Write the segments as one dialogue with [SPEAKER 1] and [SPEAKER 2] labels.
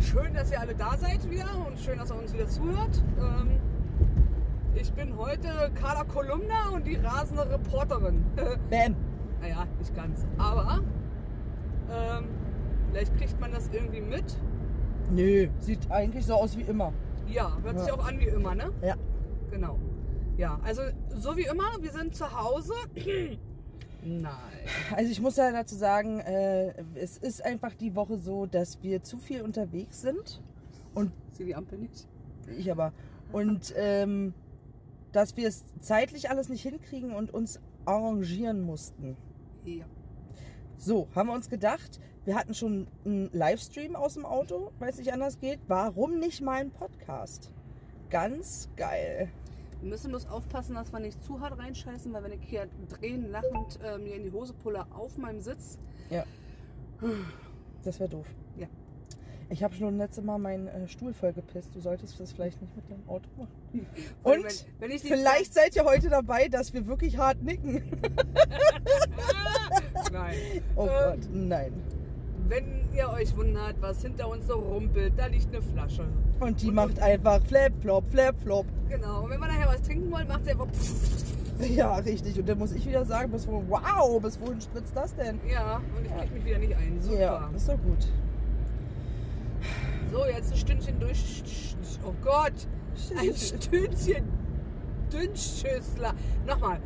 [SPEAKER 1] schön, dass ihr alle da seid wieder und schön, dass ihr uns wieder zuhört. Ähm, ich bin heute Carla Kolumna und die rasende Reporterin.
[SPEAKER 2] Bam.
[SPEAKER 1] naja, nicht ganz. Aber ähm, vielleicht kriegt man das irgendwie mit.
[SPEAKER 2] Nö, sieht eigentlich so aus wie immer.
[SPEAKER 1] Ja, hört sich
[SPEAKER 2] Ja.
[SPEAKER 1] auch an wie immer, ne?
[SPEAKER 2] Ja.
[SPEAKER 1] Genau. Ja, also so wie immer, wir sind zu Hause. Nein.
[SPEAKER 2] Also ich muss ja dazu sagen, äh, es ist einfach die Woche so, dass wir zu viel unterwegs sind.
[SPEAKER 1] Sieh die Ampel nicht.
[SPEAKER 2] Ich aber. Und ähm, dass wir es zeitlich alles nicht hinkriegen und uns arrangieren mussten.
[SPEAKER 1] Ja.
[SPEAKER 2] So, haben wir uns gedacht, wir hatten schon einen Livestream aus dem Auto, weil es nicht anders geht. Warum nicht mal einen Podcast? Ganz geil.
[SPEAKER 1] Wir müssen bloß aufpassen, dass wir nicht zu hart reinscheißen, weil wenn ich hier drehen lachend äh, mir in die Hose pulle auf meinem Sitz.
[SPEAKER 2] Das wäre doof.
[SPEAKER 1] Ja.
[SPEAKER 2] Ich habe schon letzte Mal meinen äh, Stuhl voll gepisst. Du solltest das vielleicht nicht mit deinem Auto machen.
[SPEAKER 1] Weil
[SPEAKER 2] Und
[SPEAKER 1] wenn, wenn ich die-
[SPEAKER 2] Vielleicht seid ihr heute dabei, dass wir wirklich hart nicken.
[SPEAKER 1] Nein.
[SPEAKER 2] Oh
[SPEAKER 1] Ähm.
[SPEAKER 2] Gott, nein.
[SPEAKER 1] Wenn ihr euch wundert, was hinter uns so rumpelt, da liegt eine Flasche.
[SPEAKER 2] Und die macht einfach flap, flop, flap, flop.
[SPEAKER 1] Genau. Und wenn wir nachher was trinken wollen, macht sie einfach.
[SPEAKER 2] Ja, richtig. Und dann muss ich wieder sagen, bis wohin, wow, bis wohin spritzt das denn?
[SPEAKER 1] Ja, und ich krieg mich wieder nicht ein. Super.
[SPEAKER 2] Ja, ist doch gut.
[SPEAKER 1] So, jetzt ein Stündchen durch. Oh Gott, ein Stündchen Dünnschüssler. Nochmal.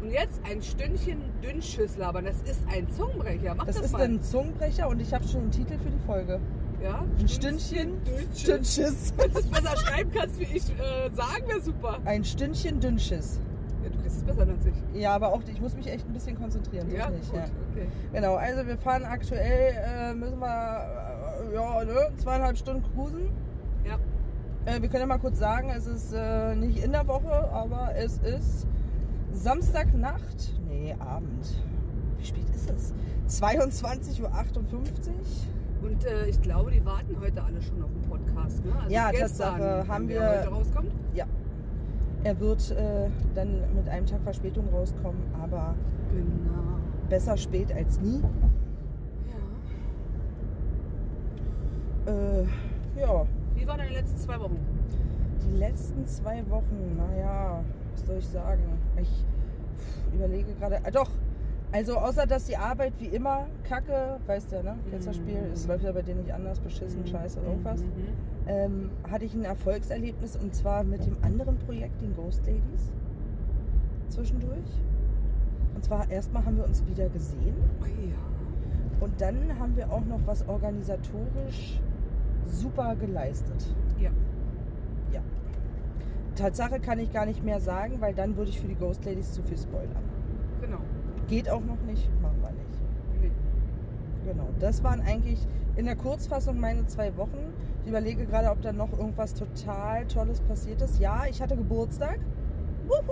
[SPEAKER 1] Und jetzt ein Stündchen Dünnschüssler, aber das ist ein Zungenbrecher. Mach das,
[SPEAKER 2] Das ist
[SPEAKER 1] mal.
[SPEAKER 2] ein Zungenbrecher und ich habe schon einen Titel für die Folge.
[SPEAKER 1] ja?
[SPEAKER 2] Ein Stündchen
[SPEAKER 1] Dünnschüssler.
[SPEAKER 2] Dünnschiss.
[SPEAKER 1] Wenn du es besser schreiben kannst, wie ich äh, sagen, wäre super.
[SPEAKER 2] Ein Stündchen Dünnschiss.
[SPEAKER 1] Ja, du kriegst es besser als ich.
[SPEAKER 2] Ja, aber auch, ich muss mich echt ein bisschen konzentrieren. sonst
[SPEAKER 1] Ja,
[SPEAKER 2] nicht,
[SPEAKER 1] gut,
[SPEAKER 2] ja.
[SPEAKER 1] okay.
[SPEAKER 2] Genau, also wir fahren aktuell, äh, müssen wir, äh, ja, ne, zweieinhalb Stunden cruisen.
[SPEAKER 1] Ja.
[SPEAKER 2] Äh, wir können ja mal kurz sagen, es ist äh, nicht in der Woche, aber es ist Samstagnacht, nee, Abend. Wie spät ist es? 22.58 Uhr.
[SPEAKER 1] Und äh, ich glaube, die warten heute alle schon auf den Podcast. Ne? Also
[SPEAKER 2] Ja,
[SPEAKER 1] gestern,
[SPEAKER 2] Tatsache, haben
[SPEAKER 1] der
[SPEAKER 2] wir-
[SPEAKER 1] heute rauskommt.
[SPEAKER 2] Er wird äh, dann mit einem Tag Verspätung rauskommen, aber
[SPEAKER 1] Genau.
[SPEAKER 2] besser spät als nie.
[SPEAKER 1] Ja.
[SPEAKER 2] Äh, ja,
[SPEAKER 1] Wie waren deine letzten zwei Wochen?
[SPEAKER 2] Die letzten zwei Wochen, naja, was soll ich sagen? Ich pff, überlege gerade. Ah, doch, also außer dass die Arbeit wie immer kacke, weißt du ja, ne? Kennst das
[SPEAKER 1] Mhm.
[SPEAKER 2] Spiel? Es läuft ja bei dir nicht anders, beschissen, scheiße, irgendwas.
[SPEAKER 1] Mhm.
[SPEAKER 2] Ähm, hatte ich ein Erfolgserlebnis und zwar mit dem anderen Projekt, den Ghost Ladies, zwischendurch. Und zwar erstmal haben wir uns wieder gesehen
[SPEAKER 1] Oh Ja.
[SPEAKER 2] und dann haben wir auch noch was organisatorisch super geleistet.
[SPEAKER 1] Ja.
[SPEAKER 2] Ja. Tatsache kann ich gar nicht mehr sagen, weil dann würde ich für die Ghost Ladies zu viel spoilern.
[SPEAKER 1] Genau.
[SPEAKER 2] Geht auch noch nicht, machen wir nicht.
[SPEAKER 1] Nee.
[SPEAKER 2] Genau. Das waren eigentlich in der Kurzfassung meine zwei Wochen. Ich überlege gerade, ob da noch irgendwas total Tolles passiert ist. Ja, ich hatte Geburtstag.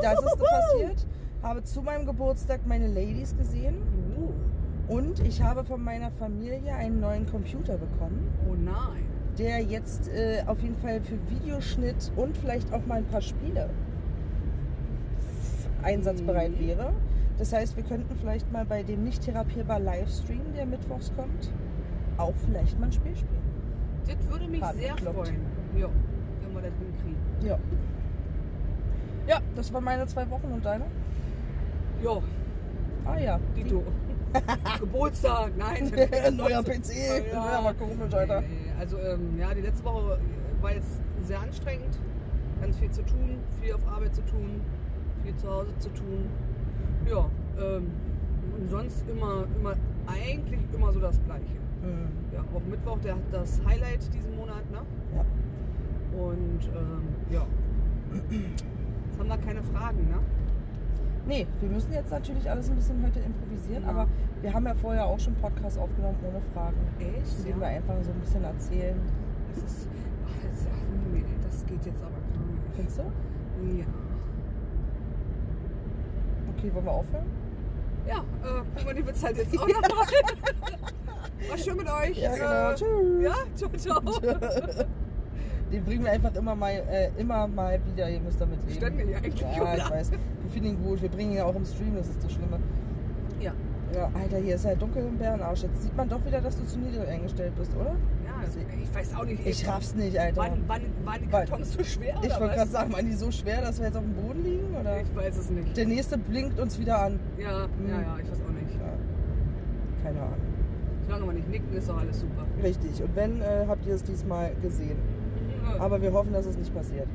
[SPEAKER 2] Das ist passiert. Habe zu meinem Geburtstag meine Ladies gesehen.
[SPEAKER 1] Uh,
[SPEAKER 2] Und ich habe von meiner Familie einen neuen Computer bekommen,
[SPEAKER 1] oh nein.
[SPEAKER 2] der jetzt äh, auf jeden Fall für Videoschnitt und vielleicht auch mal ein paar Spiele einsatzbereit
[SPEAKER 1] Mhm.
[SPEAKER 2] wäre. Das heißt, wir könnten vielleicht mal bei dem nicht therapierbar Livestream, der mittwochs kommt, auch vielleicht mal ein Spiel spielen.
[SPEAKER 1] Das würde mich
[SPEAKER 2] Hat
[SPEAKER 1] sehr
[SPEAKER 2] geklappt.
[SPEAKER 1] freuen. Ja, wenn wir das hinkriegen.
[SPEAKER 2] Ja. Ja, das waren meine zwei Wochen und deine?
[SPEAKER 1] Ja,
[SPEAKER 2] Ah ja.
[SPEAKER 1] Dito. Geburtstag, nein.
[SPEAKER 2] Ein neuer PC.
[SPEAKER 1] Ja.
[SPEAKER 2] Ja, mal komisch, Alter.
[SPEAKER 1] Nee, Also ähm, ja, die letzte Woche äh, war jetzt sehr anstrengend. Ganz viel zu tun, viel auf Arbeit zu tun, viel zu Hause zu tun. Ja, ähm, und sonst immer, immer, eigentlich immer so das Gleiche.
[SPEAKER 2] Hm.
[SPEAKER 1] Ja, auch Mittwoch, der hat das Highlight diesen Monat, ne?
[SPEAKER 2] Ja.
[SPEAKER 1] Und ähm, ja. Jetzt haben wir keine Fragen, ne?
[SPEAKER 2] Nee, wir müssen jetzt natürlich alles ein bisschen heute improvisieren,
[SPEAKER 1] Ja.
[SPEAKER 2] aber wir haben ja vorher auch schon Podcasts aufgenommen ohne Fragen, in
[SPEAKER 1] Echt?
[SPEAKER 2] denen wir einfach so ein bisschen erzählen.
[SPEAKER 1] Das ist. Ach, das, ach, nee, das geht jetzt aber gar
[SPEAKER 2] Findest du?
[SPEAKER 1] nicht. Ja.
[SPEAKER 2] Okay, wollen wir aufhören?
[SPEAKER 1] Ja, äh, guck mal, die wird's halt jetzt auch noch machen. War schön mit euch. Äh,
[SPEAKER 2] genau. Tschüss.
[SPEAKER 1] ja, ciao, ciao.
[SPEAKER 2] Den bringen wir einfach immer mal, äh, immer mal wieder. Ihr müsst damit leben.
[SPEAKER 1] Ständig eigentlich,
[SPEAKER 2] Ja, ich
[SPEAKER 1] oder?
[SPEAKER 2] weiß. Wir finden ihn gut. Wir bringen ihn ja auch im Stream. Das ist das Schlimme.
[SPEAKER 1] Ja.
[SPEAKER 2] Ja, Alter, hier ist halt dunkel im Bärenarsch. Jetzt sieht man doch wieder, dass du zu niedrig eingestellt bist, oder?
[SPEAKER 1] Ja, also, ich weiß auch nicht.
[SPEAKER 2] Ich raff's nicht, Alter.
[SPEAKER 1] Waren, waren, waren die Kartons so schwer
[SPEAKER 2] ich
[SPEAKER 1] oder
[SPEAKER 2] wollte gerade
[SPEAKER 1] was?
[SPEAKER 2] sagen, waren die so schwer, dass wir jetzt auf dem Boden liegen? Oder?
[SPEAKER 1] Ich weiß es nicht.
[SPEAKER 2] Der nächste blinkt uns wieder an.
[SPEAKER 1] Ja, ja, ja, ich weiß auch nicht.
[SPEAKER 2] Ja. Keine Ahnung.
[SPEAKER 1] Solange man nicht nicken, ist doch alles super.
[SPEAKER 2] Richtig. Und wenn, äh, habt ihr es diesmal gesehen. Aber wir hoffen, dass es nicht passiert.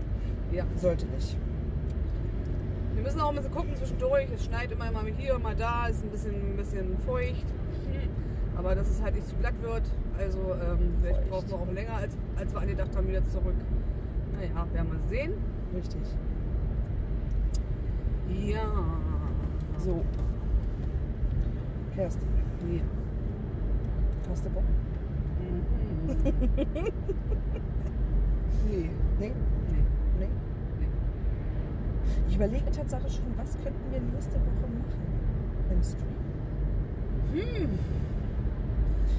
[SPEAKER 1] Ja.
[SPEAKER 2] Sollte nicht.
[SPEAKER 1] Wir müssen auch ein bisschen gucken zwischendurch. Es schneit immer mal hier, mal da, ist ein bisschen, ein bisschen feucht. Aber dass es halt nicht zu glatt wird. Also ähm, vielleicht
[SPEAKER 2] Feucht.
[SPEAKER 1] brauchen wir auch länger, als, als wir angedacht haben, wieder zurück. Naja, werden wir sehen.
[SPEAKER 2] Richtig.
[SPEAKER 1] Ja.
[SPEAKER 2] So. Kerstin,
[SPEAKER 1] Ja.
[SPEAKER 2] hast du Bock?
[SPEAKER 1] Mhm. nee.
[SPEAKER 2] Nee?
[SPEAKER 1] Nee.
[SPEAKER 2] Nee? Ich überlege tatsächlich schon, was könnten wir nächste Woche machen im Stream?
[SPEAKER 1] Hm.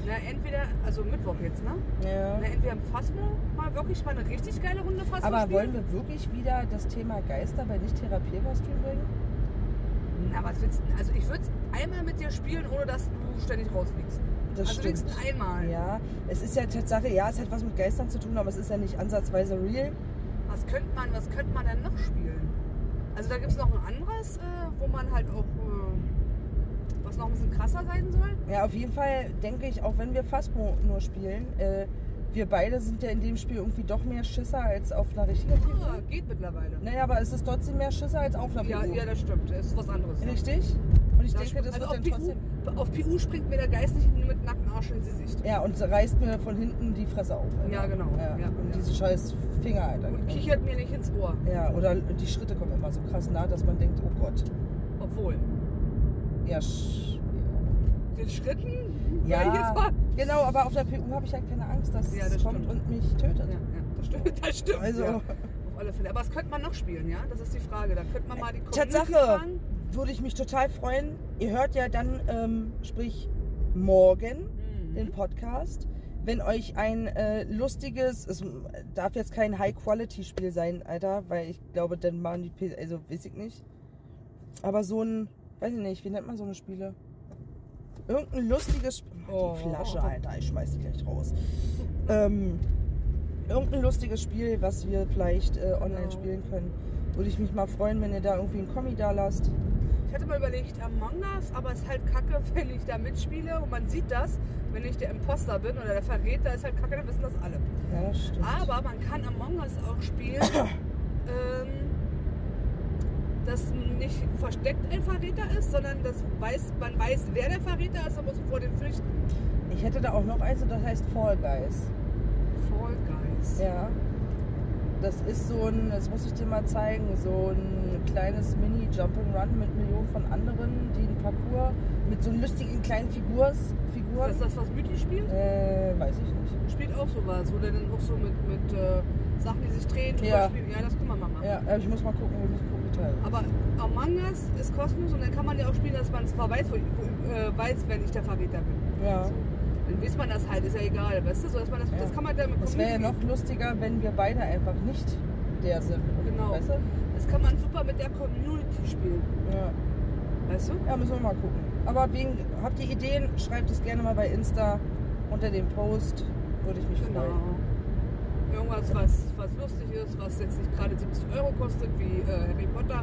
[SPEAKER 1] Na, entweder, also Mittwoch jetzt, ne?
[SPEAKER 2] Ja.
[SPEAKER 1] Na, entweder im Fasmo mal wirklich mal eine richtig geile Runde Fasmo
[SPEAKER 2] Aber
[SPEAKER 1] spielen.
[SPEAKER 2] wollen wir wirklich wieder das Thema Geister bei nicht therapierbar Stream bringen?
[SPEAKER 1] Na, was willst du? Also ich würde es einmal mit dir spielen, ohne dass du ständig rausfliegst.
[SPEAKER 2] Das
[SPEAKER 1] also wenigstens einmal.
[SPEAKER 2] Ja, es ist ja Tatsache, ja, es hat was mit Geistern zu tun, aber es ist ja nicht ansatzweise real.
[SPEAKER 1] Was könnte man, was könnte man denn noch spielen? Also da gibt es noch ein anderes, äh, wo man halt auch äh, was noch ein bisschen krasser sein soll.
[SPEAKER 2] Ja, auf jeden Fall denke ich, auch wenn wir Fasmo nur spielen, äh, wir beide sind ja in dem Spiel irgendwie doch mehr Schisser als auf einer richtigen
[SPEAKER 1] Ja,
[SPEAKER 2] Figur.
[SPEAKER 1] Ah, geht mittlerweile.
[SPEAKER 2] Naja, aber es ist trotzdem mehr Schisser als auf einer
[SPEAKER 1] Ja,
[SPEAKER 2] Figur.
[SPEAKER 1] ja, das stimmt. Es ist was anderes.
[SPEAKER 2] Richtig? Und ich
[SPEAKER 1] Da
[SPEAKER 2] denke,
[SPEAKER 1] sp-
[SPEAKER 2] das
[SPEAKER 1] also
[SPEAKER 2] wird dann
[SPEAKER 1] auf,
[SPEAKER 2] trotzdem...
[SPEAKER 1] PU, auf PU springt mir der Geist nicht mit nackten Arsch ins Gesicht.
[SPEAKER 2] Ja, und sie reißt mir von hinten die Fresse auf. Alter.
[SPEAKER 1] Ja, genau.
[SPEAKER 2] Ja,
[SPEAKER 1] Ja,
[SPEAKER 2] und
[SPEAKER 1] ja.
[SPEAKER 2] diese scheiß Finger, Alter.
[SPEAKER 1] Und kichert mir nicht ins Ohr.
[SPEAKER 2] Ja, oder die Schritte kommen immer so krass nah, dass man denkt, oh Gott.
[SPEAKER 1] Obwohl,
[SPEAKER 2] Ja, sch
[SPEAKER 1] den Schritten?
[SPEAKER 2] Ja.
[SPEAKER 1] Weil Jetzt mal,
[SPEAKER 2] genau, aber auf der PU habe ich halt keine Angst, dass
[SPEAKER 1] Ja,
[SPEAKER 2] es
[SPEAKER 1] das
[SPEAKER 2] kommt
[SPEAKER 1] stimmt.
[SPEAKER 2] und mich tötet.
[SPEAKER 1] ja, ja, das stimmt. Das stimmt.
[SPEAKER 2] Also,
[SPEAKER 1] Ja. Auf alle Fälle. Aber was könnte man noch spielen, ja? Das ist die Frage. Da könnte man mal die Community
[SPEAKER 2] Tatsache,
[SPEAKER 1] fragen.
[SPEAKER 2] würde ich mich total freuen. Ihr hört ja dann, ähm, sprich morgen, den
[SPEAKER 1] Mhm.
[SPEAKER 2] Podcast. Wenn euch ein äh, lustiges, es darf jetzt kein High-Quality-Spiel sein, Alter, weil ich glaube, dann machen die, P also weiß ich nicht. Aber so ein, weiß ich nicht, wie nennt man so eine Spiele? Irgendein lustiges, Sp-
[SPEAKER 1] Oh.
[SPEAKER 2] die Flasche, Alter, ich schmeiß die gleich raus. Ähm, irgendein lustiges Spiel, was wir vielleicht äh, online
[SPEAKER 1] Genau.
[SPEAKER 2] spielen können. Würde ich mich mal freuen, wenn ihr da irgendwie einen Kommi da lasst.
[SPEAKER 1] Ich hatte mal überlegt, Among Us, aber es ist halt kacke, wenn ich da mitspiele. Und man sieht das, wenn ich der Imposter bin oder der Verräter, ist halt kacke, dann wissen das alle.
[SPEAKER 2] Ja, das stimmt.
[SPEAKER 1] Aber man kann Among Us auch spielen, ähm, dass nicht versteckt ein Verräter ist, sondern dass weiß, man weiß, wer der Verräter ist, aber muss vor den flüchten.
[SPEAKER 2] Ich hätte da auch noch eins und das heißt Fall Guys.
[SPEAKER 1] Fall Guys.
[SPEAKER 2] Ja. Das ist so ein, das muss ich dir mal zeigen, so ein kleines mini jumpnrun Run mit Millionen von anderen, die einen Parcours mit so lustigen kleinen Figurs, Figuren.
[SPEAKER 1] Ist das das, was Mythi spielt?
[SPEAKER 2] Äh, weiß ich nicht.
[SPEAKER 1] Spielt auch sowas, wo der dann auch so mit, mit äh, Sachen, die sich drehen, drüber
[SPEAKER 2] Ja.
[SPEAKER 1] spielt. Ja, das können wir mal machen.
[SPEAKER 2] Ja, aber ich muss mal gucken, wir müssen gucken teilen.
[SPEAKER 1] Aber Among Us ist kostenlos und dann kann man ja auch spielen, dass man es zwar weiß, wo, wo, äh, weiß, wenn ich der Verräter bin.
[SPEAKER 2] Ja.
[SPEAKER 1] So. Dann weiß man das halt, ist ja egal, weißt du? So, dass man das,
[SPEAKER 2] Ja.
[SPEAKER 1] das kann man dann mit
[SPEAKER 2] Das wäre ja
[SPEAKER 1] Community-
[SPEAKER 2] noch lustiger, wenn wir beide einfach nicht der sind.
[SPEAKER 1] Genau.
[SPEAKER 2] Weißt du?
[SPEAKER 1] Das kann man super mit der Community spielen,
[SPEAKER 2] Ja.
[SPEAKER 1] weißt du?
[SPEAKER 2] ja, müssen wir mal gucken. Aber wegen, habt ihr Ideen, schreibt es gerne mal bei Insta unter dem Post. Würde ich mich
[SPEAKER 1] Genau.
[SPEAKER 2] freuen.
[SPEAKER 1] Irgendwas, was, was lustig ist, was jetzt nicht gerade 70 Euro kostet, wie äh, Harry Potter.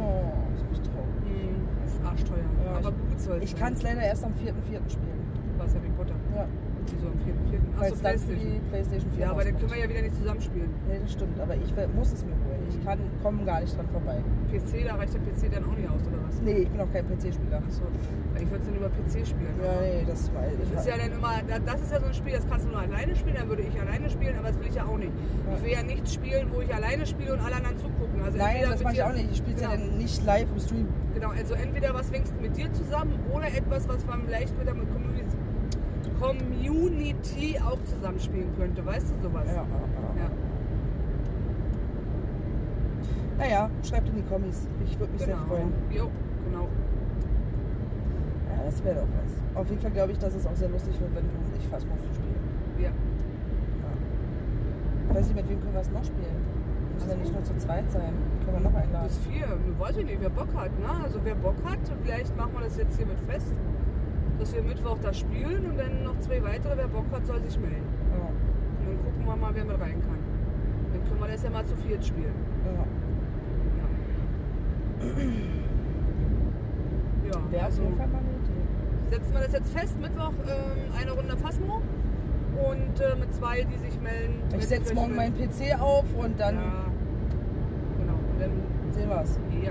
[SPEAKER 2] Oh, das bin ich traurig.
[SPEAKER 1] Hm, ist arschteuer.
[SPEAKER 2] Ja,
[SPEAKER 1] aber gut soll
[SPEAKER 2] Ich kann es leider erst am 4.4. spielen.
[SPEAKER 1] Was Harry Potter?
[SPEAKER 2] Ja.
[SPEAKER 1] Wieso am 4.4.?
[SPEAKER 2] Weil
[SPEAKER 1] Achso,
[SPEAKER 2] es dann für
[SPEAKER 1] PlayStation.
[SPEAKER 2] die PlayStation 4
[SPEAKER 1] Ja, aber dann
[SPEAKER 2] rauskommt.
[SPEAKER 1] können wir ja wieder nicht zusammenspielen.
[SPEAKER 2] Nee, das stimmt, aber ich we- muss es mir holen. Ich kann, komme gar nicht dran vorbei.
[SPEAKER 1] PC, da reicht der PC dann auch nicht aus, oder was?
[SPEAKER 2] Nee, ich bin auch kein PC-Spieler.
[SPEAKER 1] Achso, weil ich würde es dann über PC spielen.
[SPEAKER 2] Ja,
[SPEAKER 1] aber
[SPEAKER 2] nee, das war
[SPEAKER 1] Das ist
[SPEAKER 2] ich. halt.
[SPEAKER 1] ja dann immer, da- das ist ja so ein Spiel, das kannst du nur alleine spielen, dann würde ich alleine spielen, aber das will ich ja auch nicht.
[SPEAKER 2] Ja.
[SPEAKER 1] Ich will ja nicht spielen, wo ich alleine spiele und alle anderen zugucken. Also
[SPEAKER 2] Nein,
[SPEAKER 1] entweder
[SPEAKER 2] das
[SPEAKER 1] mit
[SPEAKER 2] mache ich
[SPEAKER 1] dir-
[SPEAKER 2] auch nicht. Ich spiele es ja
[SPEAKER 1] Genau.
[SPEAKER 2] dann nicht live im Stream.
[SPEAKER 1] Genau, also entweder was wenigstens mit dir zusammen oder etwas, was man vielleicht mit der Community, Community auch zusammenspielen könnte. Weißt du sowas?
[SPEAKER 2] Ja.
[SPEAKER 1] Ja.
[SPEAKER 2] Naja, schreibt in die Kommis. Ich würde mich sehr
[SPEAKER 1] Genau.
[SPEAKER 2] freuen.
[SPEAKER 1] Jo, genau.
[SPEAKER 2] Ja, das wäre doch was. Auf jeden Fall glaube ich, dass es auch sehr lustig wird, wenn du und ich Fassmuff spielen.
[SPEAKER 1] Ja.
[SPEAKER 2] Ja. Ich weiß nicht, Also mit wem können wir es noch spielen? Müssen ja nicht nur zu zweit sein. Können wir noch einladen.
[SPEAKER 1] Bis vier. Weiß ich nicht, wer Bock hat. Ne? Also wer Bock hat, vielleicht machen wir das jetzt hiermit fest, dass wir Mittwoch da spielen und dann noch zwei weitere. Wer Bock hat, soll sich melden.
[SPEAKER 2] Ja.
[SPEAKER 1] Und dann gucken wir mal, wer mit rein kann. Dann können wir das ja mal zu viert spielen.
[SPEAKER 2] Ja.
[SPEAKER 1] Ja. Ja,
[SPEAKER 2] Wäre auf
[SPEAKER 1] also
[SPEAKER 2] jeden Fall mal eine Idee.
[SPEAKER 1] setzen wir das jetzt fest. Mittwoch ähm, eine Runde Fasmo und äh, mit zwei, die sich melden. wenn
[SPEAKER 2] Ich
[SPEAKER 1] sie möchten.
[SPEAKER 2] setze morgen meinen PC auf und dann
[SPEAKER 1] Ja. Genau. Und dann.
[SPEAKER 2] sehen wir es.
[SPEAKER 1] Ja.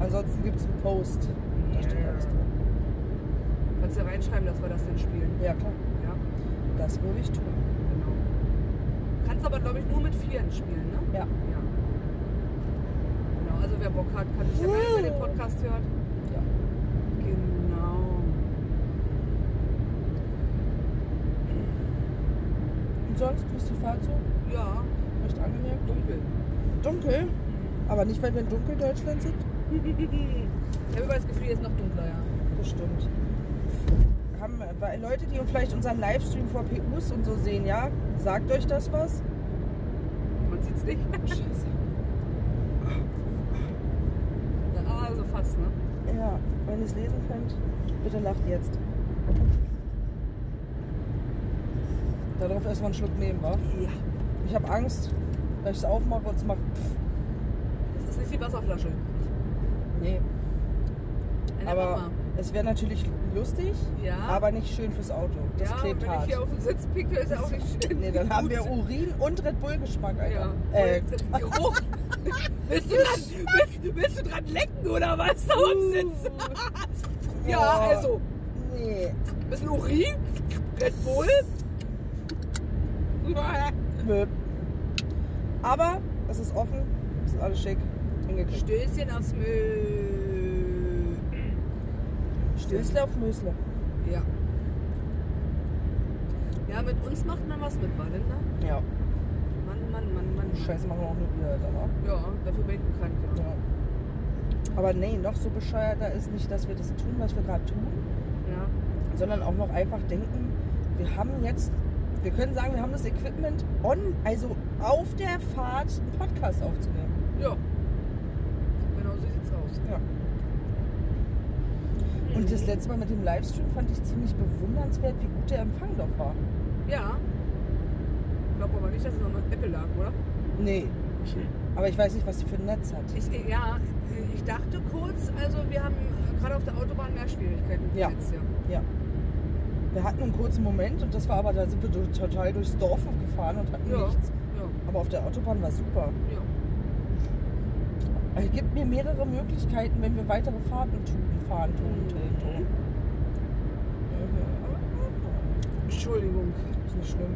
[SPEAKER 2] Ansonsten gibt es einen Post. Da steht
[SPEAKER 1] Ja.
[SPEAKER 2] alles drin.
[SPEAKER 1] Kannst du ja reinschreiben, dass wir das dann spielen.
[SPEAKER 2] Ja, klar.
[SPEAKER 1] Ja,
[SPEAKER 2] Das würde ich tun.
[SPEAKER 1] genau. Kannst aber, glaube ich, nur mit Vieren spielen, ne?
[SPEAKER 2] Ja.
[SPEAKER 1] Ja. Genau, also wer Bock hat, kann sich ja melden, wer den Podcast hört.
[SPEAKER 2] Ja.
[SPEAKER 1] Genau.
[SPEAKER 2] Und sonst wie ist die Fahrt so
[SPEAKER 1] Ja,
[SPEAKER 2] recht angenehm.
[SPEAKER 1] dunkel.
[SPEAKER 2] Dunkel, aber nicht, weil wir in Dunkeldeutschland sind.
[SPEAKER 1] ich habe immer das Gefühl, hier ist noch dunkler, ja.
[SPEAKER 2] Bestimmt. Haben weil Leute, die vielleicht unseren Livestream vor PUs und so sehen, ja? Sagt euch das was?
[SPEAKER 1] Man sieht es nicht.
[SPEAKER 2] Scheiße.
[SPEAKER 1] Aber also fast, ne?
[SPEAKER 2] Ja, wenn ihr es lesen könnt, bitte lacht jetzt. Darauf erstmal einen Schluck nehmen, wa?
[SPEAKER 1] Ja.
[SPEAKER 2] Ich habe Angst, weil ich es aufmache und es macht.
[SPEAKER 1] Das ist nicht die Wasserflasche.
[SPEAKER 2] Nee,
[SPEAKER 1] Eine
[SPEAKER 2] aber
[SPEAKER 1] Mama.
[SPEAKER 2] es wäre natürlich lustig,
[SPEAKER 1] Ja.
[SPEAKER 2] aber nicht schön fürs Auto. Das
[SPEAKER 1] ja, und
[SPEAKER 2] klebt
[SPEAKER 1] wenn
[SPEAKER 2] hart.
[SPEAKER 1] ich hier auf dem Sitz pinkel, ist ja auch nicht schön.
[SPEAKER 2] Nee, dann haben wir Urin und Red Bull Geschmack, Alter.
[SPEAKER 1] Ja.
[SPEAKER 2] Äh,
[SPEAKER 1] Und Geruch. willst, du dran, willst, willst du dran lecken oder was da unten sitzt? Uh. ja,
[SPEAKER 2] boah.
[SPEAKER 1] also,
[SPEAKER 2] Nee.
[SPEAKER 1] bisschen Urin, Red Bull.
[SPEAKER 2] Nö. Aber es ist offen, es ist alles schick. Hingekriegt.
[SPEAKER 1] Stößchen aufs Müll.
[SPEAKER 2] Stößle auf Mösle.
[SPEAKER 1] Ja. Ja, mit uns macht man was mit, war denn da?
[SPEAKER 2] Ja.
[SPEAKER 1] Mann, Mann, Mann, Mann.
[SPEAKER 2] Scheiße, machen wir auch nur wieder, Alter. wa?
[SPEAKER 1] Ja, dafür bin ich bekannt, ja.
[SPEAKER 2] Ja. Aber nee, noch so bescheuerter ist nicht, dass wir das tun, was wir gerade tun,
[SPEAKER 1] ja.
[SPEAKER 2] sondern auch noch einfach denken, wir haben jetzt, wir können sagen, wir haben das Equipment on, also auf der Fahrt einen Podcast aufzunehmen.
[SPEAKER 1] Ja. Genau so sieht's aus.
[SPEAKER 2] Ja.
[SPEAKER 1] Mhm.
[SPEAKER 2] Und das letzte Mal mit dem Livestream fand ich ziemlich bewundernswert, wie gut der Empfang doch war.
[SPEAKER 1] Ja. Glaub aber nicht, dass es nochmal Apple lag, oder?
[SPEAKER 2] Nee, aber ich weiß nicht, was die für ein Netz hat.
[SPEAKER 1] Ich, ja, ich dachte kurz, also wir haben gerade auf der Autobahn mehr Schwierigkeiten
[SPEAKER 2] Ja.
[SPEAKER 1] jetzt, ja.
[SPEAKER 2] Wir hatten einen kurzen Moment und das war aber, da sind wir durch, total durchs Dorf gefahren und hatten
[SPEAKER 1] Ja.
[SPEAKER 2] nichts.
[SPEAKER 1] Ja,
[SPEAKER 2] Aber auf der Autobahn war super.
[SPEAKER 1] ja.
[SPEAKER 2] Also Es gibt mir mehrere Möglichkeiten, wenn wir weitere Fahrten tun, fahren tun, tun, tun. Mhm.
[SPEAKER 1] Entschuldigung.
[SPEAKER 2] Ist nicht schlimm.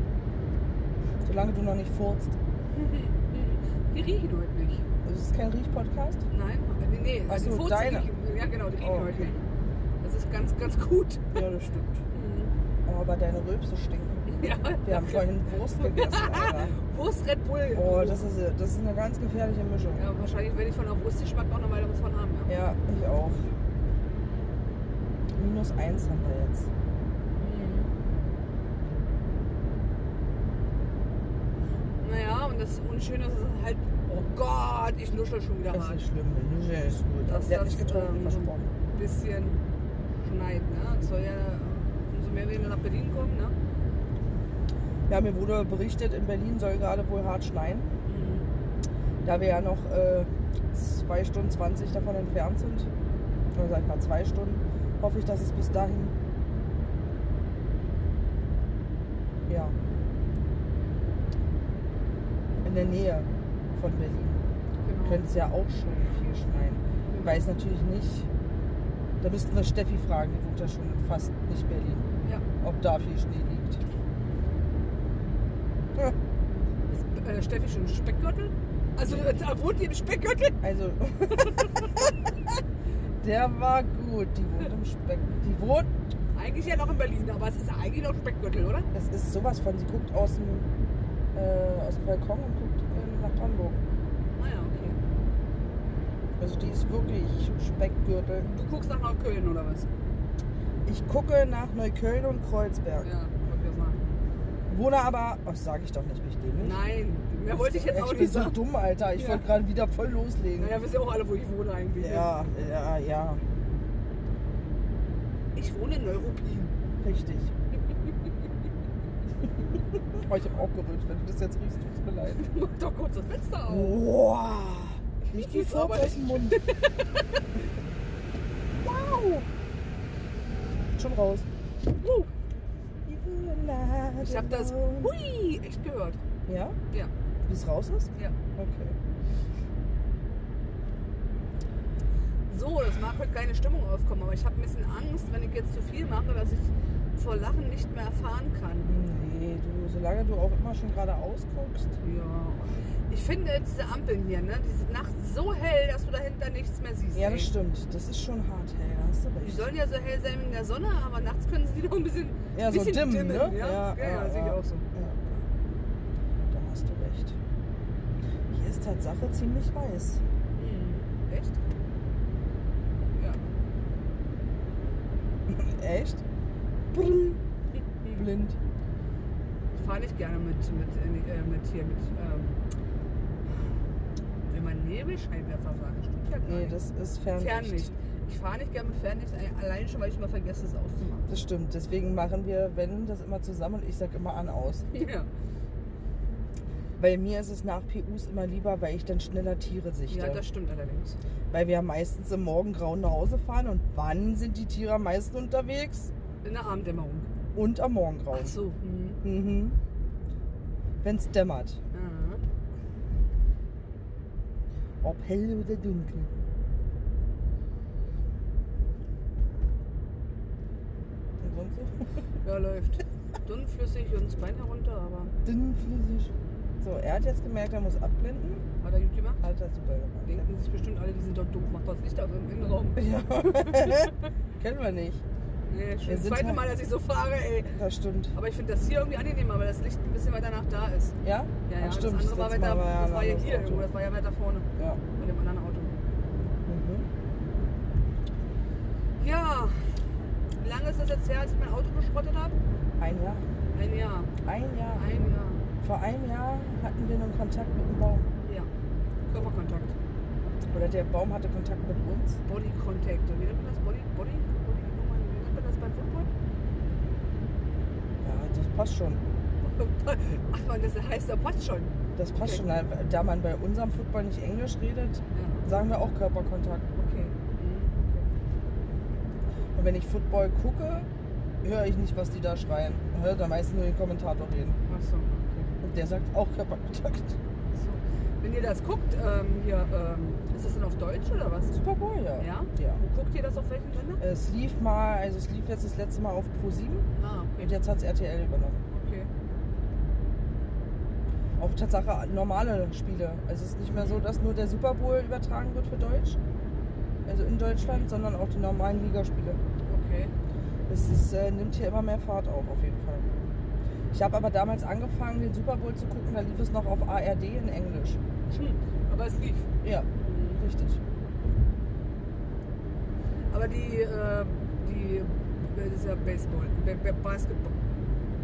[SPEAKER 2] Solange du noch nicht furzt.
[SPEAKER 1] Die riechen heute nicht.
[SPEAKER 2] Das ist kein Riech-Podcast.
[SPEAKER 1] Nein, nee, nee.
[SPEAKER 2] Ach
[SPEAKER 1] die
[SPEAKER 2] so,
[SPEAKER 1] Furze
[SPEAKER 2] deine.
[SPEAKER 1] riechen- Ja, genau, die riechen
[SPEAKER 2] Oh,
[SPEAKER 1] heute
[SPEAKER 2] okay.
[SPEAKER 1] nicht. Das ist ganz, ganz gut.
[SPEAKER 2] Ja, das stimmt. Mhm. Aber deine Rülpse stinken.
[SPEAKER 1] Ja,
[SPEAKER 2] Wir haben vorhin Wurst gegessen, Alter.
[SPEAKER 1] Wurst Red Bull.
[SPEAKER 2] Boah, Oh, das ist, das ist eine ganz gefährliche Mischung.
[SPEAKER 1] Ja, wahrscheinlich werde ich von der Wurst schmeckt auch noch weiter was von haben. Ja.
[SPEAKER 2] Ja, ich auch. Minus eins haben wir jetzt.
[SPEAKER 1] Mhm. Naja, und das Unschöne ist es halt, oh Gott, ich nuschel schon wieder
[SPEAKER 2] Das ist
[SPEAKER 1] hart.
[SPEAKER 2] nicht schlimm. Ja, ist gut.
[SPEAKER 1] Das-
[SPEAKER 2] Sie hat nicht
[SPEAKER 1] das,
[SPEAKER 2] getrunken,
[SPEAKER 1] ähm,
[SPEAKER 2] versprochen.
[SPEAKER 1] Ein bisschen schneit, ne? Es soll ja, umso mehr wir nach Berlin kommen, ne?
[SPEAKER 2] Ja, mir wurde berichtet, in Berlin soll gerade wohl hart schneien. Mhm. Da wir ja noch äh, 2 Stunden 20 davon entfernt sind, oder sag ich mal 2 Stunden, hoffe ich, dass es bis dahin. Ja. In der Nähe von Berlin
[SPEAKER 1] Genau.
[SPEAKER 2] könnte es ja auch schon viel schneien. Ich weiß natürlich nicht, da müssten wir Steffi fragen, die wohnt ja schon in fast nicht Berlin,
[SPEAKER 1] Ja.
[SPEAKER 2] ob da viel Schnee liegt. Ja,
[SPEAKER 1] Ist äh, Steffi schon im Speckgürtel? Also äh, wohnt die im Speckgürtel?
[SPEAKER 2] Also, der war gut. Die wohnt im Speck. Die wohnt,
[SPEAKER 1] Eigentlich ja noch in Berlin, aber es ist eigentlich noch Speckgürtel, oder?
[SPEAKER 2] das ist sowas von, sie guckt aus dem, äh, aus dem Balkon und guckt äh, nach Brandenburg.
[SPEAKER 1] Naja, Ah okay.
[SPEAKER 2] Also die ist wirklich Speckgürtel.
[SPEAKER 1] Du guckst nach Neukölln, oder was?
[SPEAKER 2] Ich gucke nach Neukölln und Kreuzberg.
[SPEAKER 1] Ja, wollte ich ja sagen.
[SPEAKER 2] Wohne aber, oh, das sage ich doch nicht, bin ich dämlich.
[SPEAKER 1] Nein, mehr wollte ich jetzt
[SPEAKER 2] Echt,
[SPEAKER 1] auch
[SPEAKER 2] ich bin
[SPEAKER 1] nicht
[SPEAKER 2] so
[SPEAKER 1] sagen.
[SPEAKER 2] dumm, Alter. Ich
[SPEAKER 1] Ja.
[SPEAKER 2] wollte gerade wieder voll loslegen.
[SPEAKER 1] Naja, wisst ihr auch alle, wo ich wohne eigentlich. ne?
[SPEAKER 2] Ja, ja, ja.
[SPEAKER 1] Ich wohne in Neuruppin.
[SPEAKER 2] Richtig. oh, ich habe auch gerührt. Wenn du das jetzt riechst, tut's mir leid.
[SPEAKER 1] Mach doch kurz das Fenster auf.
[SPEAKER 2] Boah. Nicht die
[SPEAKER 1] Ist
[SPEAKER 2] Furz
[SPEAKER 1] aber
[SPEAKER 2] aus dem Mund. wow. Schon raus. Oh.
[SPEAKER 1] Uh, ich habe das Hui echt gehört.
[SPEAKER 2] Ja?
[SPEAKER 1] Ja.
[SPEAKER 2] Wie es raus ist?
[SPEAKER 1] Ja.
[SPEAKER 2] Okay.
[SPEAKER 1] So, das mag heute keine Stimmung aufkommen, aber ich habe ein bisschen Angst, wenn ich jetzt zu viel mache, dass ich vor Lachen nicht mehr erfahren kann.
[SPEAKER 2] Nee, du, solange du auch immer schon geradeaus guckst.
[SPEAKER 1] Ja. Ich finde diese Ampeln hier, ne? Die sind nachts so hell, dass du dahinter nichts mehr siehst.
[SPEAKER 2] Ja,
[SPEAKER 1] ey.
[SPEAKER 2] das stimmt. Das ist schon hart, hey, da hast du
[SPEAKER 1] Die
[SPEAKER 2] recht.
[SPEAKER 1] sollen ja so hell sein in der Sonne, aber nachts können sie die noch ein bisschen,
[SPEAKER 2] ja, so
[SPEAKER 1] bisschen
[SPEAKER 2] dimm,
[SPEAKER 1] dimmen,
[SPEAKER 2] ne?
[SPEAKER 1] Ja, ja, ja, sehe ich auch so.
[SPEAKER 2] Ja. Da hast du recht. Hier ist Tatsache ziemlich weiß.
[SPEAKER 1] Hm. Echt? Ja.
[SPEAKER 2] Echt? Brrm.
[SPEAKER 1] Hm.
[SPEAKER 2] Blind.
[SPEAKER 1] Ich fahre nicht gerne mit, mit, äh, mit hier, mit, ähm, wenn man Nebelscheinwerfer fahren, das stimmt ja gar
[SPEAKER 2] Nee,
[SPEAKER 1] nicht.
[SPEAKER 2] das ist Fernlicht.
[SPEAKER 1] Fernlicht. Ich fahre nicht gerne mit Fernlicht, ein- allein schon, weil ich immer vergesse, es auszumachen.
[SPEAKER 2] Das stimmt. Deswegen machen wir, wenn, das immer zusammen und ich sag immer an aus.
[SPEAKER 1] Ja,
[SPEAKER 2] Weil mir ist es nach PUs immer lieber, weil ich dann schneller Tiere sichte.
[SPEAKER 1] ja das stimmt allerdings.
[SPEAKER 2] weil wir meistens im Morgengrauen nach Hause fahren und wann sind die Tiere am meisten unterwegs?
[SPEAKER 1] In der Abenddämmerung.
[SPEAKER 2] Und am Morgengrauen.
[SPEAKER 1] Ach so. Mhm.
[SPEAKER 2] Mhm. Wenn es dämmert.
[SPEAKER 1] Ah.
[SPEAKER 2] Ob hell oder dunkel. Und sonst so?
[SPEAKER 1] Ja, läuft. Dünnflüssig und das Bein herunter, aber
[SPEAKER 2] Dünnflüssig. So, er hat jetzt gemerkt, er muss abblenden.
[SPEAKER 1] hat er gut gemacht.
[SPEAKER 2] Hat er super gemacht.
[SPEAKER 1] Denken sich bestimmt alle, die sind doch doof, macht das Licht aus im Innenraum.
[SPEAKER 2] Ja. Kennen wir nicht.
[SPEAKER 1] Nee, schon
[SPEAKER 2] Wir
[SPEAKER 1] das
[SPEAKER 2] sind
[SPEAKER 1] zweite
[SPEAKER 2] halt-
[SPEAKER 1] Mal, dass ich so fahre, ey.
[SPEAKER 2] Das stimmt.
[SPEAKER 1] Aber ich finde das hier irgendwie angenehmer, weil das Licht ein bisschen weiter nach da ist.
[SPEAKER 2] Ja?
[SPEAKER 1] Ja, ja,
[SPEAKER 2] Ach, stimmt.
[SPEAKER 1] das andere war
[SPEAKER 2] letzte
[SPEAKER 1] weiter,
[SPEAKER 2] Mal
[SPEAKER 1] das war ja
[SPEAKER 2] ein
[SPEAKER 1] hier
[SPEAKER 2] anderes
[SPEAKER 1] irgendwo, das war ja weiter vorne
[SPEAKER 2] Auto. Ja.
[SPEAKER 1] bei dem anderen Auto.
[SPEAKER 2] Mhm.
[SPEAKER 1] Ja, wie lange ist das jetzt her, als ich mein Auto geschrottet habe?
[SPEAKER 2] Ein Jahr.
[SPEAKER 1] Ein Jahr.
[SPEAKER 2] Ein Jahr.
[SPEAKER 1] Ein Jahr.
[SPEAKER 2] Vor einem Jahr hatten wir einen Kontakt mit einem Baum.
[SPEAKER 1] Ja. Körperkontakt.
[SPEAKER 2] Oder der Baum hatte Kontakt mit uns.
[SPEAKER 1] Body Contact. Wie nennt man das? Body? Body? Body? Oh Mann, Wie nennt man das beim Football?
[SPEAKER 2] Ja, das passt schon.
[SPEAKER 1] Ach man, das heißt der Potz schon.
[SPEAKER 2] Das passt
[SPEAKER 1] Okay.
[SPEAKER 2] schon. Da- Da man bei unserem Football nicht Englisch redet,
[SPEAKER 1] Ja,
[SPEAKER 2] sagen wir auch Körperkontakt.
[SPEAKER 1] okay. Mhm.
[SPEAKER 2] Und wenn ich Football gucke, höre ich nicht, was die da schreien. Man hört am meisten nur den Kommentator reden.
[SPEAKER 1] Ach so, okay.
[SPEAKER 2] Und der sagt auch Körperkontakt.
[SPEAKER 1] So. Wenn ihr das guckt, ähm, hier, ähm, ist das denn auf Deutsch oder was?
[SPEAKER 2] Super Bowl, ja.
[SPEAKER 1] Ja?
[SPEAKER 2] ja.
[SPEAKER 1] Wo guckt ihr das auf welchen Sender?
[SPEAKER 2] Es lief mal, also es lief jetzt das letzte Mal auf Pro7
[SPEAKER 1] Ah,
[SPEAKER 2] und
[SPEAKER 1] okay.
[SPEAKER 2] jetzt hat es RTL übernommen.
[SPEAKER 1] okay.
[SPEAKER 2] Auch Tatsache normale Spiele. Also es ist nicht mehr so, dass nur der Super Bowl übertragen wird für Deutsch. Also in Deutschland, sondern auch die normalen Ligaspiele.
[SPEAKER 1] Okay.
[SPEAKER 2] Es ist, äh, nimmt hier immer mehr Fahrt auf, auf jeden Fall. Ich habe aber damals angefangen, den Super Bowl zu gucken, da lief es noch auf ARD in Englisch.
[SPEAKER 1] Hm. Aber es lief.
[SPEAKER 2] Ja, richtig.
[SPEAKER 1] Aber die, äh, die, das ist ja Baseball, Ba- Ba- Basketball.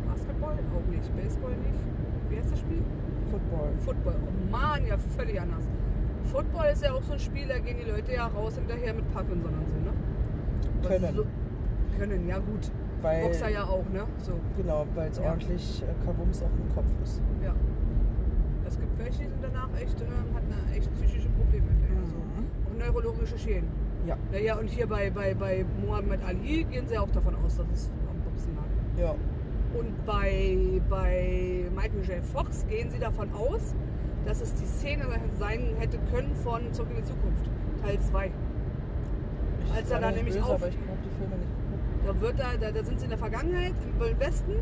[SPEAKER 1] Basketball auch nicht, Baseball nicht. Wie heißt das Spiel?
[SPEAKER 2] Football.
[SPEAKER 1] Football. Oh Mann, ja, völlig anders. Football ist ja auch so ein Spiel, da gehen die Leute ja raus hinterher mit Parkinson und so, ne? Aber
[SPEAKER 2] Können.
[SPEAKER 1] So, können, ja gut.
[SPEAKER 2] Weil,
[SPEAKER 1] Boxer ja auch, ne? So,
[SPEAKER 2] Genau, weil es
[SPEAKER 1] Ja.
[SPEAKER 2] ordentlich äh, Kabums auf dem Kopf ist.
[SPEAKER 1] ja. Es gibt welche, die sind danach echt, ähm, hatten da echt psychische Probleme. Mhm. Also, auch neurologische Schäden.
[SPEAKER 2] Ja.
[SPEAKER 1] Naja, und hier bei, bei, bei Muhammad Ali gehen sie auch davon aus, dass es am Boxen lag.
[SPEAKER 2] Also, Ja.
[SPEAKER 1] Und bei, bei Michael J. Fox gehen sie davon aus, dass es die Szene sein hätte können von Zurück in die Zukunft, Teil 2.
[SPEAKER 2] Ich
[SPEAKER 1] Als er
[SPEAKER 2] war
[SPEAKER 1] da
[SPEAKER 2] nicht
[SPEAKER 1] nämlich
[SPEAKER 2] böse,
[SPEAKER 1] auf-
[SPEAKER 2] Aber ich habe die Filme nicht geguckt.
[SPEAKER 1] Da, wird da, da, da sind sie in der Vergangenheit, im Westen,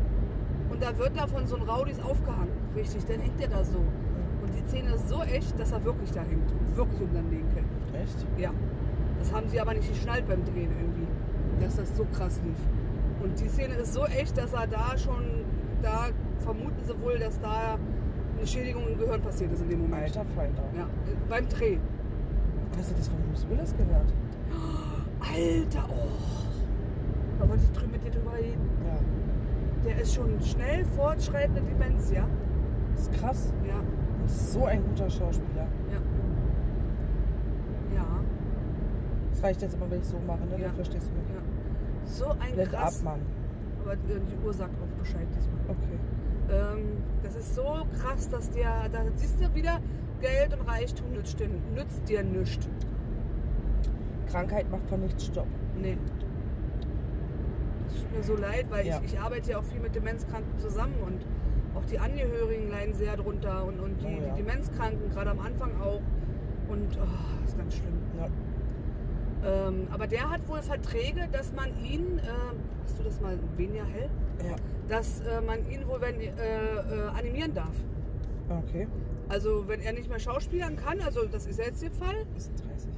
[SPEAKER 1] und da wird da von so einem Raudis aufgehangen. Richtig, dann hängt er da so. Und die Szene ist so echt, dass er wirklich da hängt und wirklich um sein Leben kämpft.
[SPEAKER 2] Echt?
[SPEAKER 1] Ja. Das haben sie aber nicht geschnallt beim Drehen irgendwie, dass das so krass lief. Und die Szene ist so echt, dass er da schon, da vermuten sie wohl, dass da eine Schädigung im Gehirn passiert ist in dem Moment.
[SPEAKER 2] Alter Falter.
[SPEAKER 1] Ja, äh, beim Dreh.
[SPEAKER 2] Hast du das von Bruce Willis gehört?
[SPEAKER 1] Alter, oh. Da wollte ich drü- mit dir drüber reden.
[SPEAKER 2] Ja.
[SPEAKER 1] der ist schon schnell fortschreitende Demenz, ja?
[SPEAKER 2] Das ist krass.
[SPEAKER 1] Ja,
[SPEAKER 2] Das ist so ein guter Schauspieler.
[SPEAKER 1] ja,
[SPEAKER 2] Das reicht jetzt immer, wenn ich so mache, ne?
[SPEAKER 1] Ja.
[SPEAKER 2] Dann verstehst du mich.
[SPEAKER 1] ja. So ein
[SPEAKER 2] Blend ab,
[SPEAKER 1] krass.
[SPEAKER 2] Mann.
[SPEAKER 1] Aber äh, die Uhr sagt auch Bescheid diesmal.
[SPEAKER 2] Okay.
[SPEAKER 1] Ähm, das ist so krass, dass der, da siehst du wieder, Geld und Reichtum nützt dir, nützt dir nichts.
[SPEAKER 2] Krankheit macht von nichts Stopp.
[SPEAKER 1] Nee. Das tut mir so leid, weil
[SPEAKER 2] Ja.
[SPEAKER 1] ich, ich arbeite ja auch viel mit Demenzkranken zusammen und auch die Angehörigen leiden sehr drunter und, und die,
[SPEAKER 2] Oh ja.
[SPEAKER 1] die Demenzkranken, gerade am Anfang auch. Und oh, ist ganz schlimm.
[SPEAKER 2] Ja.
[SPEAKER 1] Ähm, aber der hat wohl Verträge, dass man ihn, äh, hast du das mal weniger hell?
[SPEAKER 2] Ja.
[SPEAKER 1] Dass äh, man ihn wohl wenn, äh, äh, animieren darf.
[SPEAKER 2] Okay.
[SPEAKER 1] Also wenn er nicht mehr schauspielern kann, also das ist ja jetzt der Fall.
[SPEAKER 2] Ist 30.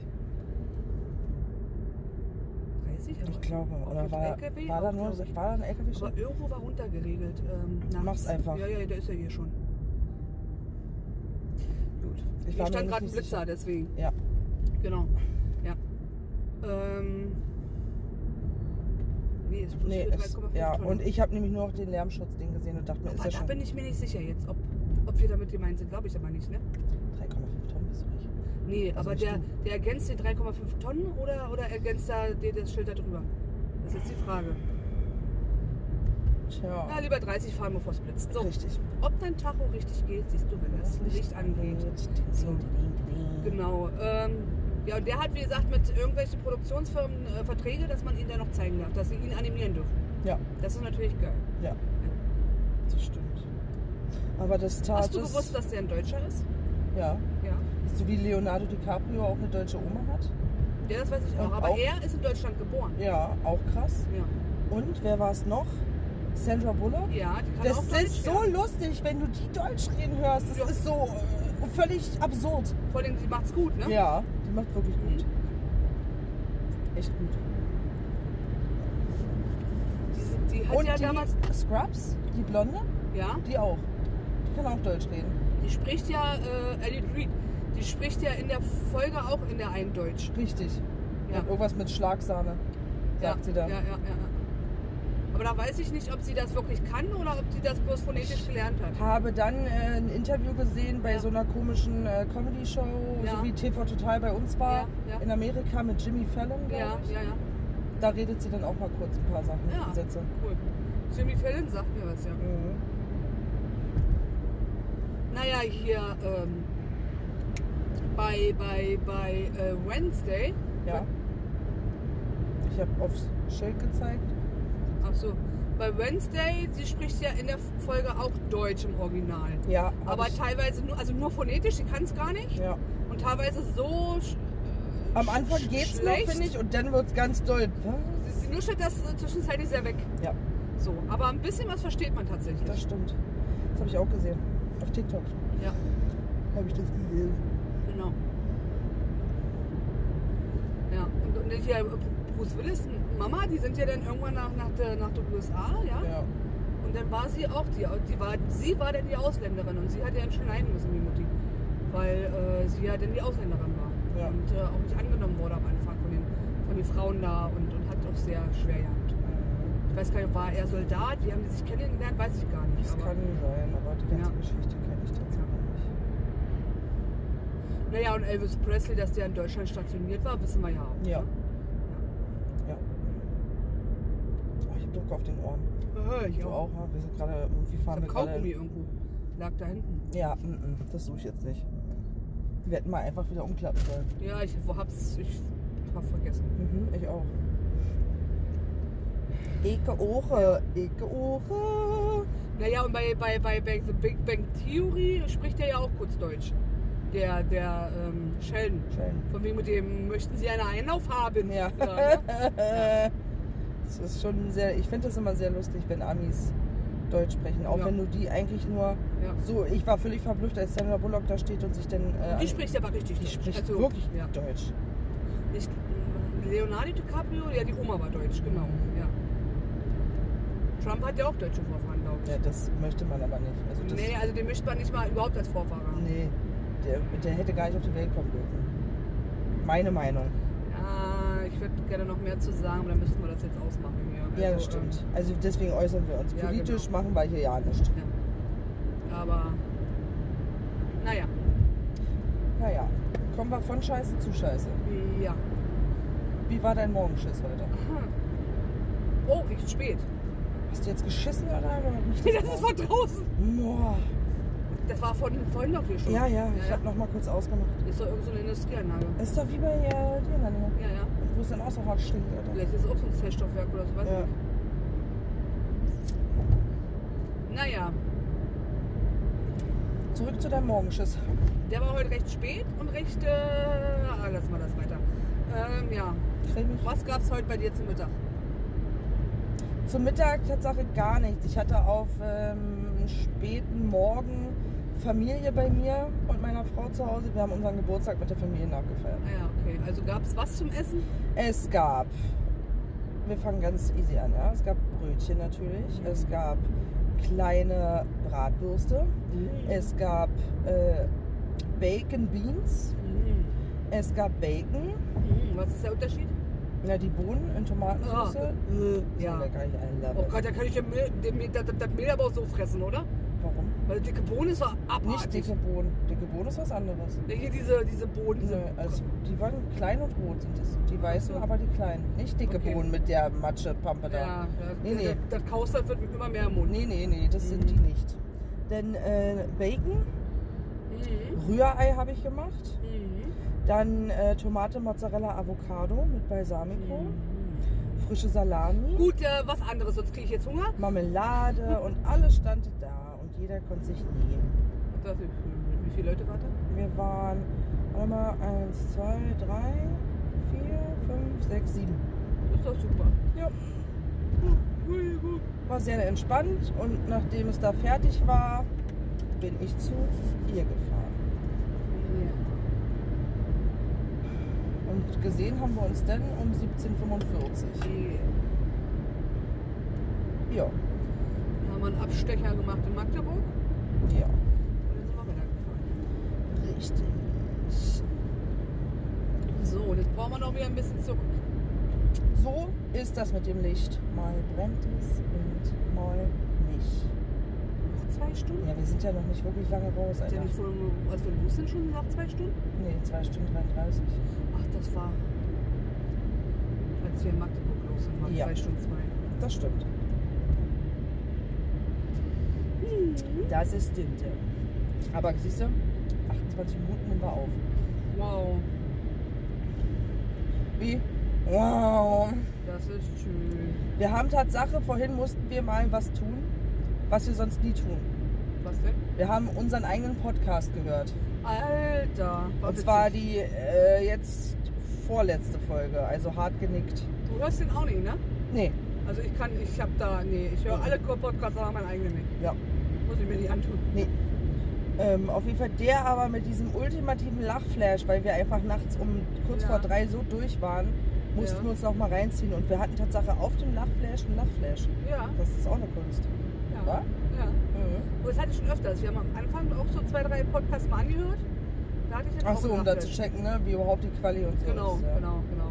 [SPEAKER 1] 30, aber,
[SPEAKER 2] Ich glaube.
[SPEAKER 1] Auch
[SPEAKER 2] Oder
[SPEAKER 1] mit
[SPEAKER 2] war,
[SPEAKER 1] LKW?
[SPEAKER 2] war da
[SPEAKER 1] Auch,
[SPEAKER 2] nur
[SPEAKER 1] glaub ich.
[SPEAKER 2] war da ein LKW schon?
[SPEAKER 1] aber irgendwo war runtergeregelt. Ähm, nachts.
[SPEAKER 2] Mach's einfach.
[SPEAKER 1] Ja, ja, der ist ja hier schon. Gut.
[SPEAKER 2] Ich
[SPEAKER 1] hier
[SPEAKER 2] war mir
[SPEAKER 1] stand
[SPEAKER 2] nicht
[SPEAKER 1] gerade ein Blitzer,
[SPEAKER 2] sicher.
[SPEAKER 1] deswegen.
[SPEAKER 2] Ja.
[SPEAKER 1] Genau. Ja. Ähm, nee, es
[SPEAKER 2] Nee,
[SPEAKER 1] für
[SPEAKER 2] es,
[SPEAKER 1] 3,5
[SPEAKER 2] ja.
[SPEAKER 1] Tonnen.
[SPEAKER 2] Und ich habe nämlich nur noch den Lärmschutzding gesehen und dachte mir, ist
[SPEAKER 1] aber
[SPEAKER 2] ja
[SPEAKER 1] da
[SPEAKER 2] schon 3,5
[SPEAKER 1] bin ich mir nicht sicher jetzt, ob, ob wir damit gemeint sind. Glaube ich aber nicht, ne?
[SPEAKER 2] Tonnen, bist du nicht.
[SPEAKER 1] Nee,
[SPEAKER 2] Also
[SPEAKER 1] aber
[SPEAKER 2] nicht
[SPEAKER 1] der,
[SPEAKER 2] du.
[SPEAKER 1] der ergänzt die 3,5 Tonnen oder, oder ergänzt da die- das Schild da drüber? Das ist jetzt die Frage.
[SPEAKER 2] Tja.
[SPEAKER 1] Na, lieber 30 fahren, bevor es blitzt. So,
[SPEAKER 2] Richtig.
[SPEAKER 1] ob dein Tacho richtig geht, siehst du, wenn das Licht angeht. So. Genau. Ähm, ja, und der hat, wie gesagt, mit irgendwelchen Produktionsfirmen äh, Verträge, dass man ihn dann noch zeigen darf, dass sie ihn animieren dürfen.
[SPEAKER 2] Ja.
[SPEAKER 1] Das ist natürlich geil.
[SPEAKER 2] Das stimmt. Aber das tat
[SPEAKER 1] Hast du
[SPEAKER 2] es-
[SPEAKER 1] gewusst, dass der ein Deutscher ist?
[SPEAKER 2] Ja.
[SPEAKER 1] Ja.
[SPEAKER 2] So wie Leonardo DiCaprio auch eine deutsche Oma hat.
[SPEAKER 1] Ja, das weiß ich auch.
[SPEAKER 2] Und
[SPEAKER 1] Aber
[SPEAKER 2] auch-
[SPEAKER 1] er ist in Deutschland geboren.
[SPEAKER 2] Ja, auch krass.
[SPEAKER 1] Ja.
[SPEAKER 2] Und wer war es noch? Sandra Bullock?
[SPEAKER 1] Ja, die kann
[SPEAKER 2] Das
[SPEAKER 1] auch
[SPEAKER 2] ist
[SPEAKER 1] Deutsch.
[SPEAKER 2] so
[SPEAKER 1] ja.
[SPEAKER 2] lustig, wenn du die Deutsch reden hörst. Das
[SPEAKER 1] Ja.
[SPEAKER 2] ist so äh, völlig absurd.
[SPEAKER 1] Vor allem, sie macht's gut, ne?
[SPEAKER 2] Ja, die macht wirklich
[SPEAKER 1] Mhm.
[SPEAKER 2] gut. Echt gut.
[SPEAKER 1] Die, die hat
[SPEAKER 2] Und
[SPEAKER 1] ja
[SPEAKER 2] die
[SPEAKER 1] damals.
[SPEAKER 2] Scrubs, die Blonde,
[SPEAKER 1] Ja.
[SPEAKER 2] die auch. Die kann auch Deutsch reden.
[SPEAKER 1] Die spricht ja, äh, Ellie Reed, die spricht ja in der Folge auch in der einen Deutsch.
[SPEAKER 2] Richtig.
[SPEAKER 1] Ja.
[SPEAKER 2] Und irgendwas mit Schlagsahne, sagt
[SPEAKER 1] ja,
[SPEAKER 2] sie da.
[SPEAKER 1] Ja, ja, ja, ja. Aber da weiß ich nicht, ob sie das wirklich kann oder ob sie das bloß phonetisch gelernt hat.
[SPEAKER 2] Habe dann äh, ein Interview gesehen bei
[SPEAKER 1] Ja.
[SPEAKER 2] so einer komischen äh, Comedy-Show,
[SPEAKER 1] Ja.
[SPEAKER 2] so wie TV Total bei uns war,
[SPEAKER 1] Ja, ja.
[SPEAKER 2] in Amerika mit Jimmy Fallon, glaub
[SPEAKER 1] Ja,
[SPEAKER 2] ich.
[SPEAKER 1] ja, ja,
[SPEAKER 2] Da redet sie dann auch mal kurz ein paar Sachen,
[SPEAKER 1] Ja.
[SPEAKER 2] Sätze.
[SPEAKER 1] cool. Jimmy Fallon sagt mir was, ja.
[SPEAKER 2] Mhm.
[SPEAKER 1] Naja, hier ähm, bei, bei, bei äh, Wednesday,
[SPEAKER 2] Ja. Ich habe aufs Schild gezeigt.
[SPEAKER 1] ach so, bei Wednesday, sie spricht ja in der Folge auch Deutsch im Original.
[SPEAKER 2] Ja, hab
[SPEAKER 1] Aber
[SPEAKER 2] ich,
[SPEAKER 1] teilweise nur, also nur phonetisch, sie kann es gar nicht.
[SPEAKER 2] ja.
[SPEAKER 1] Und teilweise so sch-
[SPEAKER 2] am Anfang geht's
[SPEAKER 1] schlecht.
[SPEAKER 2] noch, finde ich, und dann wird's ganz doll.
[SPEAKER 1] Sie nur stellt das äh, zwischenzeitlich sehr weg.
[SPEAKER 2] Ja.
[SPEAKER 1] So, aber ein bisschen was versteht man tatsächlich.
[SPEAKER 2] Das stimmt. Das habe ich auch gesehen. Auf TikTok
[SPEAKER 1] ja,
[SPEAKER 2] habe ich das gesehen.
[SPEAKER 1] genau. Ja, und, und hier äh, Bruce Willis, Mama, die sind ja dann irgendwann nach, nach, der, nach den USA, ja?
[SPEAKER 2] Ja.
[SPEAKER 1] Und dann war sie auch die, die war, sie war dann die Ausländerin und sie hat ja dann schon leiden müssen, die Mutti. Weil äh, sie ja dann die Ausländerin war.
[SPEAKER 2] Ja.
[SPEAKER 1] Und äh, auch nicht angenommen wurde am Anfang von den, von den Frauen da und, und hat auch sehr schwer gehabt.
[SPEAKER 2] Mhm.
[SPEAKER 1] Ich weiß gar nicht, war er Soldat? Wie haben die sich kennengelernt? Weiß ich gar nicht.
[SPEAKER 2] Das
[SPEAKER 1] aber-
[SPEAKER 2] kann sein, aber die ganze
[SPEAKER 1] Ja.
[SPEAKER 2] Geschichte kenne ich tatsächlich nicht.
[SPEAKER 1] Naja, und Elvis Presley, dass der in Deutschland stationiert war, wissen wir ja auch.
[SPEAKER 2] Ja.
[SPEAKER 1] ne?
[SPEAKER 2] Oh, ich hab Druck auf den Ohren.
[SPEAKER 1] Äh, ich
[SPEAKER 2] Du
[SPEAKER 1] auch.
[SPEAKER 2] auch, ne? Wir sind gerade, irgendwie
[SPEAKER 1] Ich
[SPEAKER 2] fahren
[SPEAKER 1] hab
[SPEAKER 2] wir gerade.
[SPEAKER 1] Kaugummi irgendwo. Lag da hinten.
[SPEAKER 2] Ja, mm, mm, das suche ich jetzt nicht. Wir hätten mal einfach wieder umklappen sollen.
[SPEAKER 1] Ja, ich hab's. Ich hab vergessen.
[SPEAKER 2] Mhm, ich auch. Eke Ohre, Eke Ohre.
[SPEAKER 1] Naja, und bei, bei, bei, bei The Big Bang Theory spricht er ja auch kurz Deutsch. Der, der ähm, Sheldon.
[SPEAKER 2] Schön.
[SPEAKER 1] Von wegen mit dem möchten Sie einen Einlauf haben?
[SPEAKER 2] Ja.
[SPEAKER 1] Oder, ne?
[SPEAKER 2] Das ist schon sehr, ich finde das immer sehr lustig, wenn Amis Deutsch sprechen. Auch
[SPEAKER 1] Ja.
[SPEAKER 2] wenn du die eigentlich nur
[SPEAKER 1] Ja.
[SPEAKER 2] so, ich war völlig verblüfft, als Sandra Bullock da steht und sich dann. Äh,
[SPEAKER 1] Die spricht aber richtig
[SPEAKER 2] die
[SPEAKER 1] Deutsch.
[SPEAKER 2] spricht
[SPEAKER 1] also,
[SPEAKER 2] wirklich
[SPEAKER 1] Ja.
[SPEAKER 2] Deutsch.
[SPEAKER 1] Ich, Leonardo DiCaprio, ja, die Oma war Deutsch, genau. Ja. Trump hat ja auch deutsche Vorfahren, glaube ich.
[SPEAKER 2] Ja, das möchte man aber nicht. Also das,
[SPEAKER 1] Nee, also den möchte man nicht mal überhaupt als Vorfahrer haben.
[SPEAKER 2] Nee, der, der hätte gar nicht auf die Welt kommen dürfen. Meine Meinung.
[SPEAKER 1] Ja, Ah, ich würde gerne noch mehr zu sagen, aber dann müssten wir das jetzt ausmachen hier.
[SPEAKER 2] Ja, das
[SPEAKER 1] Also,
[SPEAKER 2] stimmt. Also deswegen äußern wir uns.
[SPEAKER 1] ja,
[SPEAKER 2] Politisch
[SPEAKER 1] genau.
[SPEAKER 2] machen wir hier ja nichts.
[SPEAKER 1] Ähm, ja. Aber naja,
[SPEAKER 2] Naja, kommen wir von Scheiße zu Scheiße.
[SPEAKER 1] ja.
[SPEAKER 2] Wie war dein Morgenschiss heute?
[SPEAKER 1] Oh, riecht spät.
[SPEAKER 2] Hast du jetzt geschissen oder? oder nicht?
[SPEAKER 1] Das ist von draußen.
[SPEAKER 2] Boah.
[SPEAKER 1] Das war von, vorhin doch hier schon.
[SPEAKER 2] Ja, ja, ich
[SPEAKER 1] ja.
[SPEAKER 2] hab noch mal kurz ausgemacht.
[SPEAKER 1] Ist doch irgend so eine Industrieanlage.
[SPEAKER 2] Ist doch wie bei äh, dir, Nanni.
[SPEAKER 1] Ja, ja.
[SPEAKER 2] Wo es dann auch so hart stinkt, oder?
[SPEAKER 1] Vielleicht ist es auch so ein Zellstoffwerk oder so, weiß
[SPEAKER 2] Ja.
[SPEAKER 1] ich nicht. Naja,
[SPEAKER 2] Zurück zu deinem Morgenschiss.
[SPEAKER 1] der war heute recht spät und recht. Äh, ah, lass mal das weiter. Ähm, ja.
[SPEAKER 2] Cremig.
[SPEAKER 1] Was gab's heute bei dir zum Mittag?
[SPEAKER 2] Zum Mittag Tatsache gar nichts. Ich hatte auf ähm, späten Morgen Familie bei mir und meiner Frau zu Hause. Wir haben unseren Geburtstag mit der Familie nachgefeiert.
[SPEAKER 1] Ah ja, okay. Also gab's was zum Essen?
[SPEAKER 2] Es gab, wir fangen ganz easy an, ja. Es gab Brötchen natürlich.
[SPEAKER 1] Mhm.
[SPEAKER 2] Es gab kleine Bratwürste. Es gab äh, Bacon Beans.
[SPEAKER 1] Mhm.
[SPEAKER 2] Es gab Bacon.
[SPEAKER 1] Mhm. Was ist der Unterschied?
[SPEAKER 2] Na, die Bohnen in Tomatensauce.
[SPEAKER 1] äh,
[SPEAKER 2] So
[SPEAKER 1] ja.
[SPEAKER 2] lecker, ich I love
[SPEAKER 1] Oh
[SPEAKER 2] it.
[SPEAKER 1] Gott, da kann ich ja Mehl- den Mehl- das, das das Mehl aber auch so fressen, oder?
[SPEAKER 2] Warum?
[SPEAKER 1] Weil dicke Bohnen ist doch abartig.
[SPEAKER 2] Nicht dicke Bohnen. Dicke Bohnen ist was anderes.
[SPEAKER 1] Hier diese, diese Bohnen. Diese,
[SPEAKER 2] Nö, also die waren klein und rot sind es. Die weißen, aber die kleinen. Nicht dicke
[SPEAKER 1] Mhm. Okay.
[SPEAKER 2] Bohnen mit der Matschepampe da.
[SPEAKER 1] ja, das,
[SPEAKER 2] Nee, nee.
[SPEAKER 1] das, das Kaustern wird mir immer mehr im Mund.
[SPEAKER 2] Nee, nee, nee, das
[SPEAKER 1] Mhm.
[SPEAKER 2] sind die nicht. Denn äh, Bacon,
[SPEAKER 1] Mhm.
[SPEAKER 2] Rührei habe ich gemacht.
[SPEAKER 1] Mhm.
[SPEAKER 2] Dann äh, Tomate, Mozzarella, Avocado mit Balsamico.
[SPEAKER 1] Mhm.
[SPEAKER 2] Frische Salami.
[SPEAKER 1] Gut, äh, was anderes, sonst kriege ich jetzt Hunger.
[SPEAKER 2] Marmelade und alles stand da. Und jeder konnte sich nehmen.
[SPEAKER 1] Das ist schön. Wie viele Leute waren da?
[SPEAKER 2] Wir waren, warte mal, eins, zwei, drei, vier, fünf, sechs, sieben.
[SPEAKER 1] Ist doch super.
[SPEAKER 2] Ja.
[SPEAKER 1] Oh, Entschuldigung.
[SPEAKER 2] War sehr entspannt und nachdem es da fertig war, bin ich zu ihr gefahren. Und gesehen haben wir uns dann um 17.45
[SPEAKER 1] Die
[SPEAKER 2] Uhr. Ja,
[SPEAKER 1] haben wir einen Abstecher gemacht in Magdeburg
[SPEAKER 2] ja,
[SPEAKER 1] und dann sind wir weitergefahren.
[SPEAKER 2] richtig.
[SPEAKER 1] So, und jetzt brauchen wir noch wieder ein bisschen zurück.
[SPEAKER 2] So ist das mit dem Licht. Mal brennt es und mal nicht.
[SPEAKER 1] Noch zwei Stunden?
[SPEAKER 2] Ja, wir sind ja noch nicht wirklich lange raus,
[SPEAKER 1] Ist ja
[SPEAKER 2] Alter.
[SPEAKER 1] nicht wohl, als wir los sind, schon nach zwei Stunden?
[SPEAKER 2] Nee, 2 Stunden 33.
[SPEAKER 1] Ach, das war, als wir in Magdeburg los sind, waren
[SPEAKER 2] Ja.
[SPEAKER 1] zwei Stunden zwei.
[SPEAKER 2] Das stimmt.
[SPEAKER 1] Mhm.
[SPEAKER 2] Das ist Dinte. Aber siehst du, 28 Minuten nehmen wir auf.
[SPEAKER 1] Wow,
[SPEAKER 2] Wie? Wow.
[SPEAKER 1] das ist schön.
[SPEAKER 2] Wir haben Tatsache, vorhin mussten wir mal was tun, was wir sonst nie tun.
[SPEAKER 1] Was denn?
[SPEAKER 2] Wir haben unseren eigenen Podcast gehört.
[SPEAKER 1] Alter. war
[SPEAKER 2] Und zwar
[SPEAKER 1] witzig.
[SPEAKER 2] die äh, jetzt vorletzte Folge, also hart genickt.
[SPEAKER 1] Du hörst den auch nicht, ne?
[SPEAKER 2] Nee,
[SPEAKER 1] Also ich kann, ich hab da, nee, ich höre
[SPEAKER 2] Mhm.
[SPEAKER 1] alle Podcasts, aber meinen eigenen nicht.
[SPEAKER 2] Ja.
[SPEAKER 1] Muss ich mir nicht antun.
[SPEAKER 2] ähm, auf jeden Fall der aber mit diesem ultimativen Lachflash, weil wir einfach nachts um kurz
[SPEAKER 1] Ja.
[SPEAKER 2] vor drei so durch waren, mussten
[SPEAKER 1] Ja.
[SPEAKER 2] wir uns noch mal reinziehen. Und wir hatten Tatsache auf dem Lachflash einen Lachflash.
[SPEAKER 1] Ja,
[SPEAKER 2] Das ist auch eine Kunst.
[SPEAKER 1] ja.
[SPEAKER 2] Wa?
[SPEAKER 1] Ja. Und das hatte ich schon öfters. Wir haben am Anfang auch so zwei, drei Podcasts mal angehört. Da hatte ich dann
[SPEAKER 2] Ach
[SPEAKER 1] auch
[SPEAKER 2] so, um da
[SPEAKER 1] gedacht,
[SPEAKER 2] zu checken, ne, wie überhaupt die Quali und so
[SPEAKER 1] Genau,
[SPEAKER 2] ist. ja.
[SPEAKER 1] genau, genau.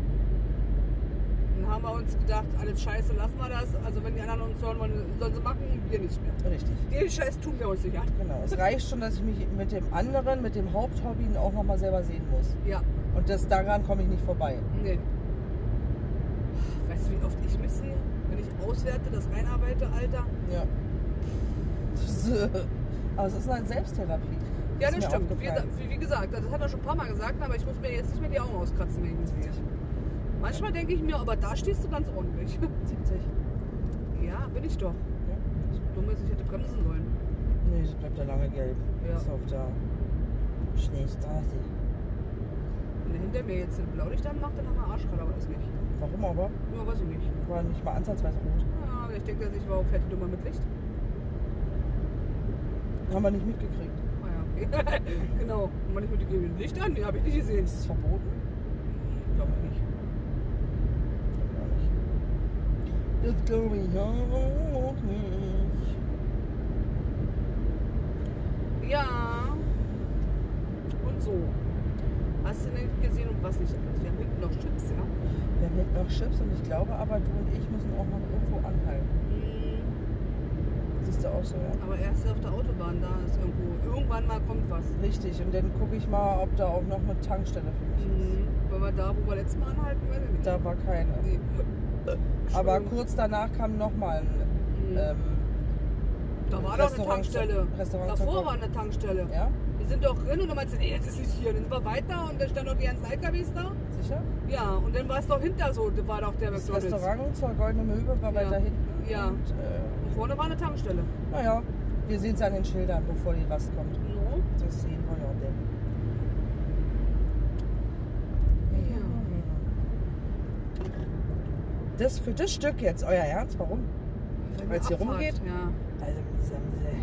[SPEAKER 1] Dann haben wir uns gedacht, alles scheiße, lassen wir das. Also wenn die anderen uns hören wollen, sollen sie machen und wir nicht mehr.
[SPEAKER 2] Richtig.
[SPEAKER 1] Den Scheiß tun wir uns nicht an.
[SPEAKER 2] Genau, es reicht schon, dass ich mich mit dem anderen, mit dem Haupthobby auch nochmal selber sehen muss.
[SPEAKER 1] Ja,
[SPEAKER 2] Und das, daran komme ich nicht vorbei.
[SPEAKER 1] nee. Weißt du, wie oft ich mich sehe? Wenn ich auswerte, das reinarbeite, Alter.
[SPEAKER 2] Ja. Aber es ist eine Selbsttherapie.
[SPEAKER 1] Ja,
[SPEAKER 2] Ist
[SPEAKER 1] das
[SPEAKER 2] mir
[SPEAKER 1] stimmt. Wie,
[SPEAKER 2] aufgefallen.
[SPEAKER 1] gesa- wie, wie gesagt, das hat er schon ein paar Mal gesagt, aber ich muss mir jetzt nicht mehr die Augen auskratzen wegen des Videos. Manchmal denke ich mir, aber da stehst du ganz ordentlich.
[SPEAKER 2] 70.
[SPEAKER 1] ja, bin ich doch. Das Dumme ist, ich hätte bremsen sollen.
[SPEAKER 2] Nee, das bleibt ja lange gelb.
[SPEAKER 1] Ja.
[SPEAKER 2] Ist auf der Schnellstraße.
[SPEAKER 1] Wenn er hinter mir jetzt den Blaulicht anmacht, dann haben wir Arschkarte, aber das nicht.
[SPEAKER 2] Warum aber?
[SPEAKER 1] Ja, weiß ich nicht.
[SPEAKER 2] War nicht mal ansatzweise rot.
[SPEAKER 1] Ja, vielleicht denkt er sich, warum fährt die Nummer mit Licht?
[SPEAKER 2] Haben wir nicht mitgekriegt.
[SPEAKER 1] Ah ja, okay. genau. Und man nicht mit dem Licht an, die habe ich nicht gesehen.
[SPEAKER 2] Ist es verboten?
[SPEAKER 1] Glaube ich nicht.
[SPEAKER 2] Das glaube ich auch nicht.
[SPEAKER 1] Ja. Und so. hast du denn gesehen und was nicht alles. Wir haben hinten noch Chips, ja.
[SPEAKER 2] Wir haben hinten noch Chips und ich glaube aber, du und ich müssen auch noch irgendwo anhalten. Siehst du auch so, ja?
[SPEAKER 1] Hm. Aber erst auf der Autobahn, da ist irgendwo. Irgendwann mal kommt was.
[SPEAKER 2] Richtig, und dann gucke ich mal, ob da auch noch eine Tankstelle für mich ist.
[SPEAKER 1] Weil Hm. wir da, wo wir letztes Mal anhalten, weiß ich nicht.
[SPEAKER 2] Da war keine.
[SPEAKER 1] Nee.
[SPEAKER 2] Aber
[SPEAKER 1] Entschuldigung.
[SPEAKER 2] kurz danach kam nochmal ein
[SPEAKER 1] Mhm.
[SPEAKER 2] ähm,
[SPEAKER 1] da war doch eine
[SPEAKER 2] Restaurant-
[SPEAKER 1] Tankstelle.
[SPEAKER 2] Restaurant
[SPEAKER 1] Davor war eine Tankstelle.
[SPEAKER 2] Ja,
[SPEAKER 1] Wir sind doch drin und dann meinst du, nee, jetzt ist nicht hier. Dann sind wir weiter und dann standen doch die ganzen LKWs da.
[SPEAKER 2] sicher?
[SPEAKER 1] Ja, und dann war es doch hinter so, da war doch der
[SPEAKER 2] Das
[SPEAKER 1] McDonalds.
[SPEAKER 2] Restaurant zur Goldenen Möwe war
[SPEAKER 1] Ja.
[SPEAKER 2] weiter hinten.
[SPEAKER 1] Ja.
[SPEAKER 2] Und, äh,
[SPEAKER 1] Und vorne war eine Tankstelle.
[SPEAKER 2] naja, wir sehen es an den Schildern, bevor die Rast kommt.
[SPEAKER 1] No.
[SPEAKER 2] Das sehen wir ja denn. Das für das Stück jetzt, euer Ernst? Warum?
[SPEAKER 1] Wenn
[SPEAKER 2] Weil's hier
[SPEAKER 1] Abfahrt,
[SPEAKER 2] rumgeht?
[SPEAKER 1] Ja.
[SPEAKER 2] Also, Samse.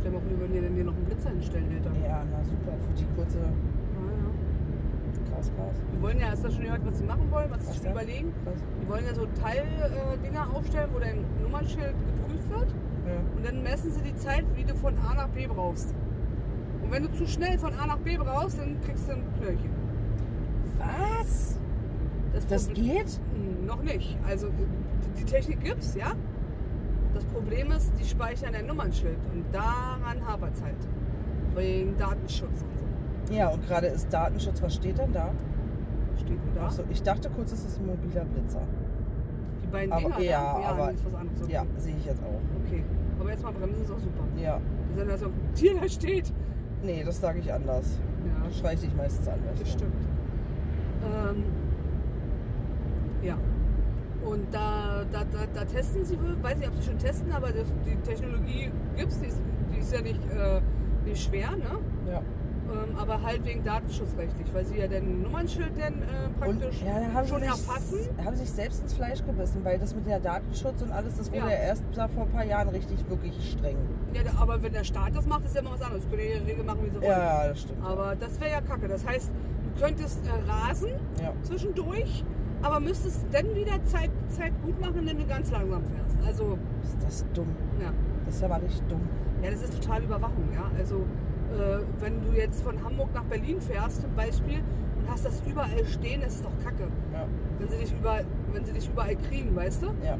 [SPEAKER 1] Stell mal vor, die würden dir denn hier noch einen Blitzer hinstellen, Alter. Ja.
[SPEAKER 2] Ja, na super, für die kurze
[SPEAKER 1] Ja.
[SPEAKER 2] Krass, krass.
[SPEAKER 1] Die wollen ja, hast du schon gehört, was sie machen wollen, was sie
[SPEAKER 2] Was
[SPEAKER 1] sich
[SPEAKER 2] denn?
[SPEAKER 1] überlegen?
[SPEAKER 2] krass.
[SPEAKER 1] Die wollen ja so Teildinger aufstellen, wo dein Nummernschild geprüft wird.
[SPEAKER 2] Ja.
[SPEAKER 1] Und dann messen sie die Zeit, wie du von A nach B brauchst. Und wenn du zu schnell von A nach B brauchst, dann kriegst du ein Knöllchen.
[SPEAKER 2] Was? Das
[SPEAKER 1] Problem-
[SPEAKER 2] geht?
[SPEAKER 1] Hm, Noch nicht. Also die- die Technik gibt's, ja. Das Problem ist, die speichern dein Nummernschild. Und daran hapert es halt. Wegen Datenschutz und so.
[SPEAKER 2] Ja, und gerade ist Datenschutz, was steht denn da?
[SPEAKER 1] Steht nur da.
[SPEAKER 2] Achso, ich dachte kurz, es ist ein mobiler Blitzer.
[SPEAKER 1] Die beiden
[SPEAKER 2] Aber-
[SPEAKER 1] Dinger
[SPEAKER 2] ja,
[SPEAKER 1] da, ja
[SPEAKER 2] aber-
[SPEAKER 1] das ist was anderes. Okay.
[SPEAKER 2] Ja, sehe ich jetzt auch.
[SPEAKER 1] Okay. Aber jetzt mal bremsen ist auch super.
[SPEAKER 2] Ja.
[SPEAKER 1] Wir sind also ein Tier da steht.
[SPEAKER 2] Nee, das sage ich anders.
[SPEAKER 1] Ja,
[SPEAKER 2] Das schreie ich dich meistens an. weißt du.
[SPEAKER 1] das stimmt. Ähm, ja. Und da, da, da, da testen sie wohl, weiß nicht, ob sie schon testen, aber das, die Technologie gibt's, die ist, die ist ja nicht, äh, nicht schwer, ne?
[SPEAKER 2] Ja.
[SPEAKER 1] Ähm, aber halt wegen datenschutzrechtlich, weil sie ja dein Nummernschild dann äh,
[SPEAKER 2] Und
[SPEAKER 1] praktisch
[SPEAKER 2] ja, dann haben
[SPEAKER 1] schon
[SPEAKER 2] sie
[SPEAKER 1] erfassen.
[SPEAKER 2] sich, haben sich selbst ins Fleisch gebissen, weil das mit der Datenschutz und alles, das wurde ja,
[SPEAKER 1] Ja.
[SPEAKER 2] erst da vor ein paar Jahren richtig wirklich streng.
[SPEAKER 1] Ja, aber wenn der Staat das macht, ist ja immer was anderes. Können ja ihre Regeln machen, wie sie wollen.
[SPEAKER 2] Ja, ja, das stimmt.
[SPEAKER 1] Aber das wäre ja kacke. Das heißt, du könntest äh, rasen
[SPEAKER 2] Ja.
[SPEAKER 1] zwischendurch, aber müsstest dann wieder Zeit, Zeit gut machen, wenn du ganz langsam fährst. Also,
[SPEAKER 2] Ist das dumm?
[SPEAKER 1] ja.
[SPEAKER 2] Das ist ja mal richtig dumm.
[SPEAKER 1] Ja, das ist total Überwachung, ja. Also äh, wenn du jetzt von Hamburg nach Berlin fährst zum Beispiel und hast das überall stehen, das ist doch Kacke.
[SPEAKER 2] Ja.
[SPEAKER 1] Wenn sie dich überall, wenn sie dich überall kriegen, weißt du?
[SPEAKER 2] Ja.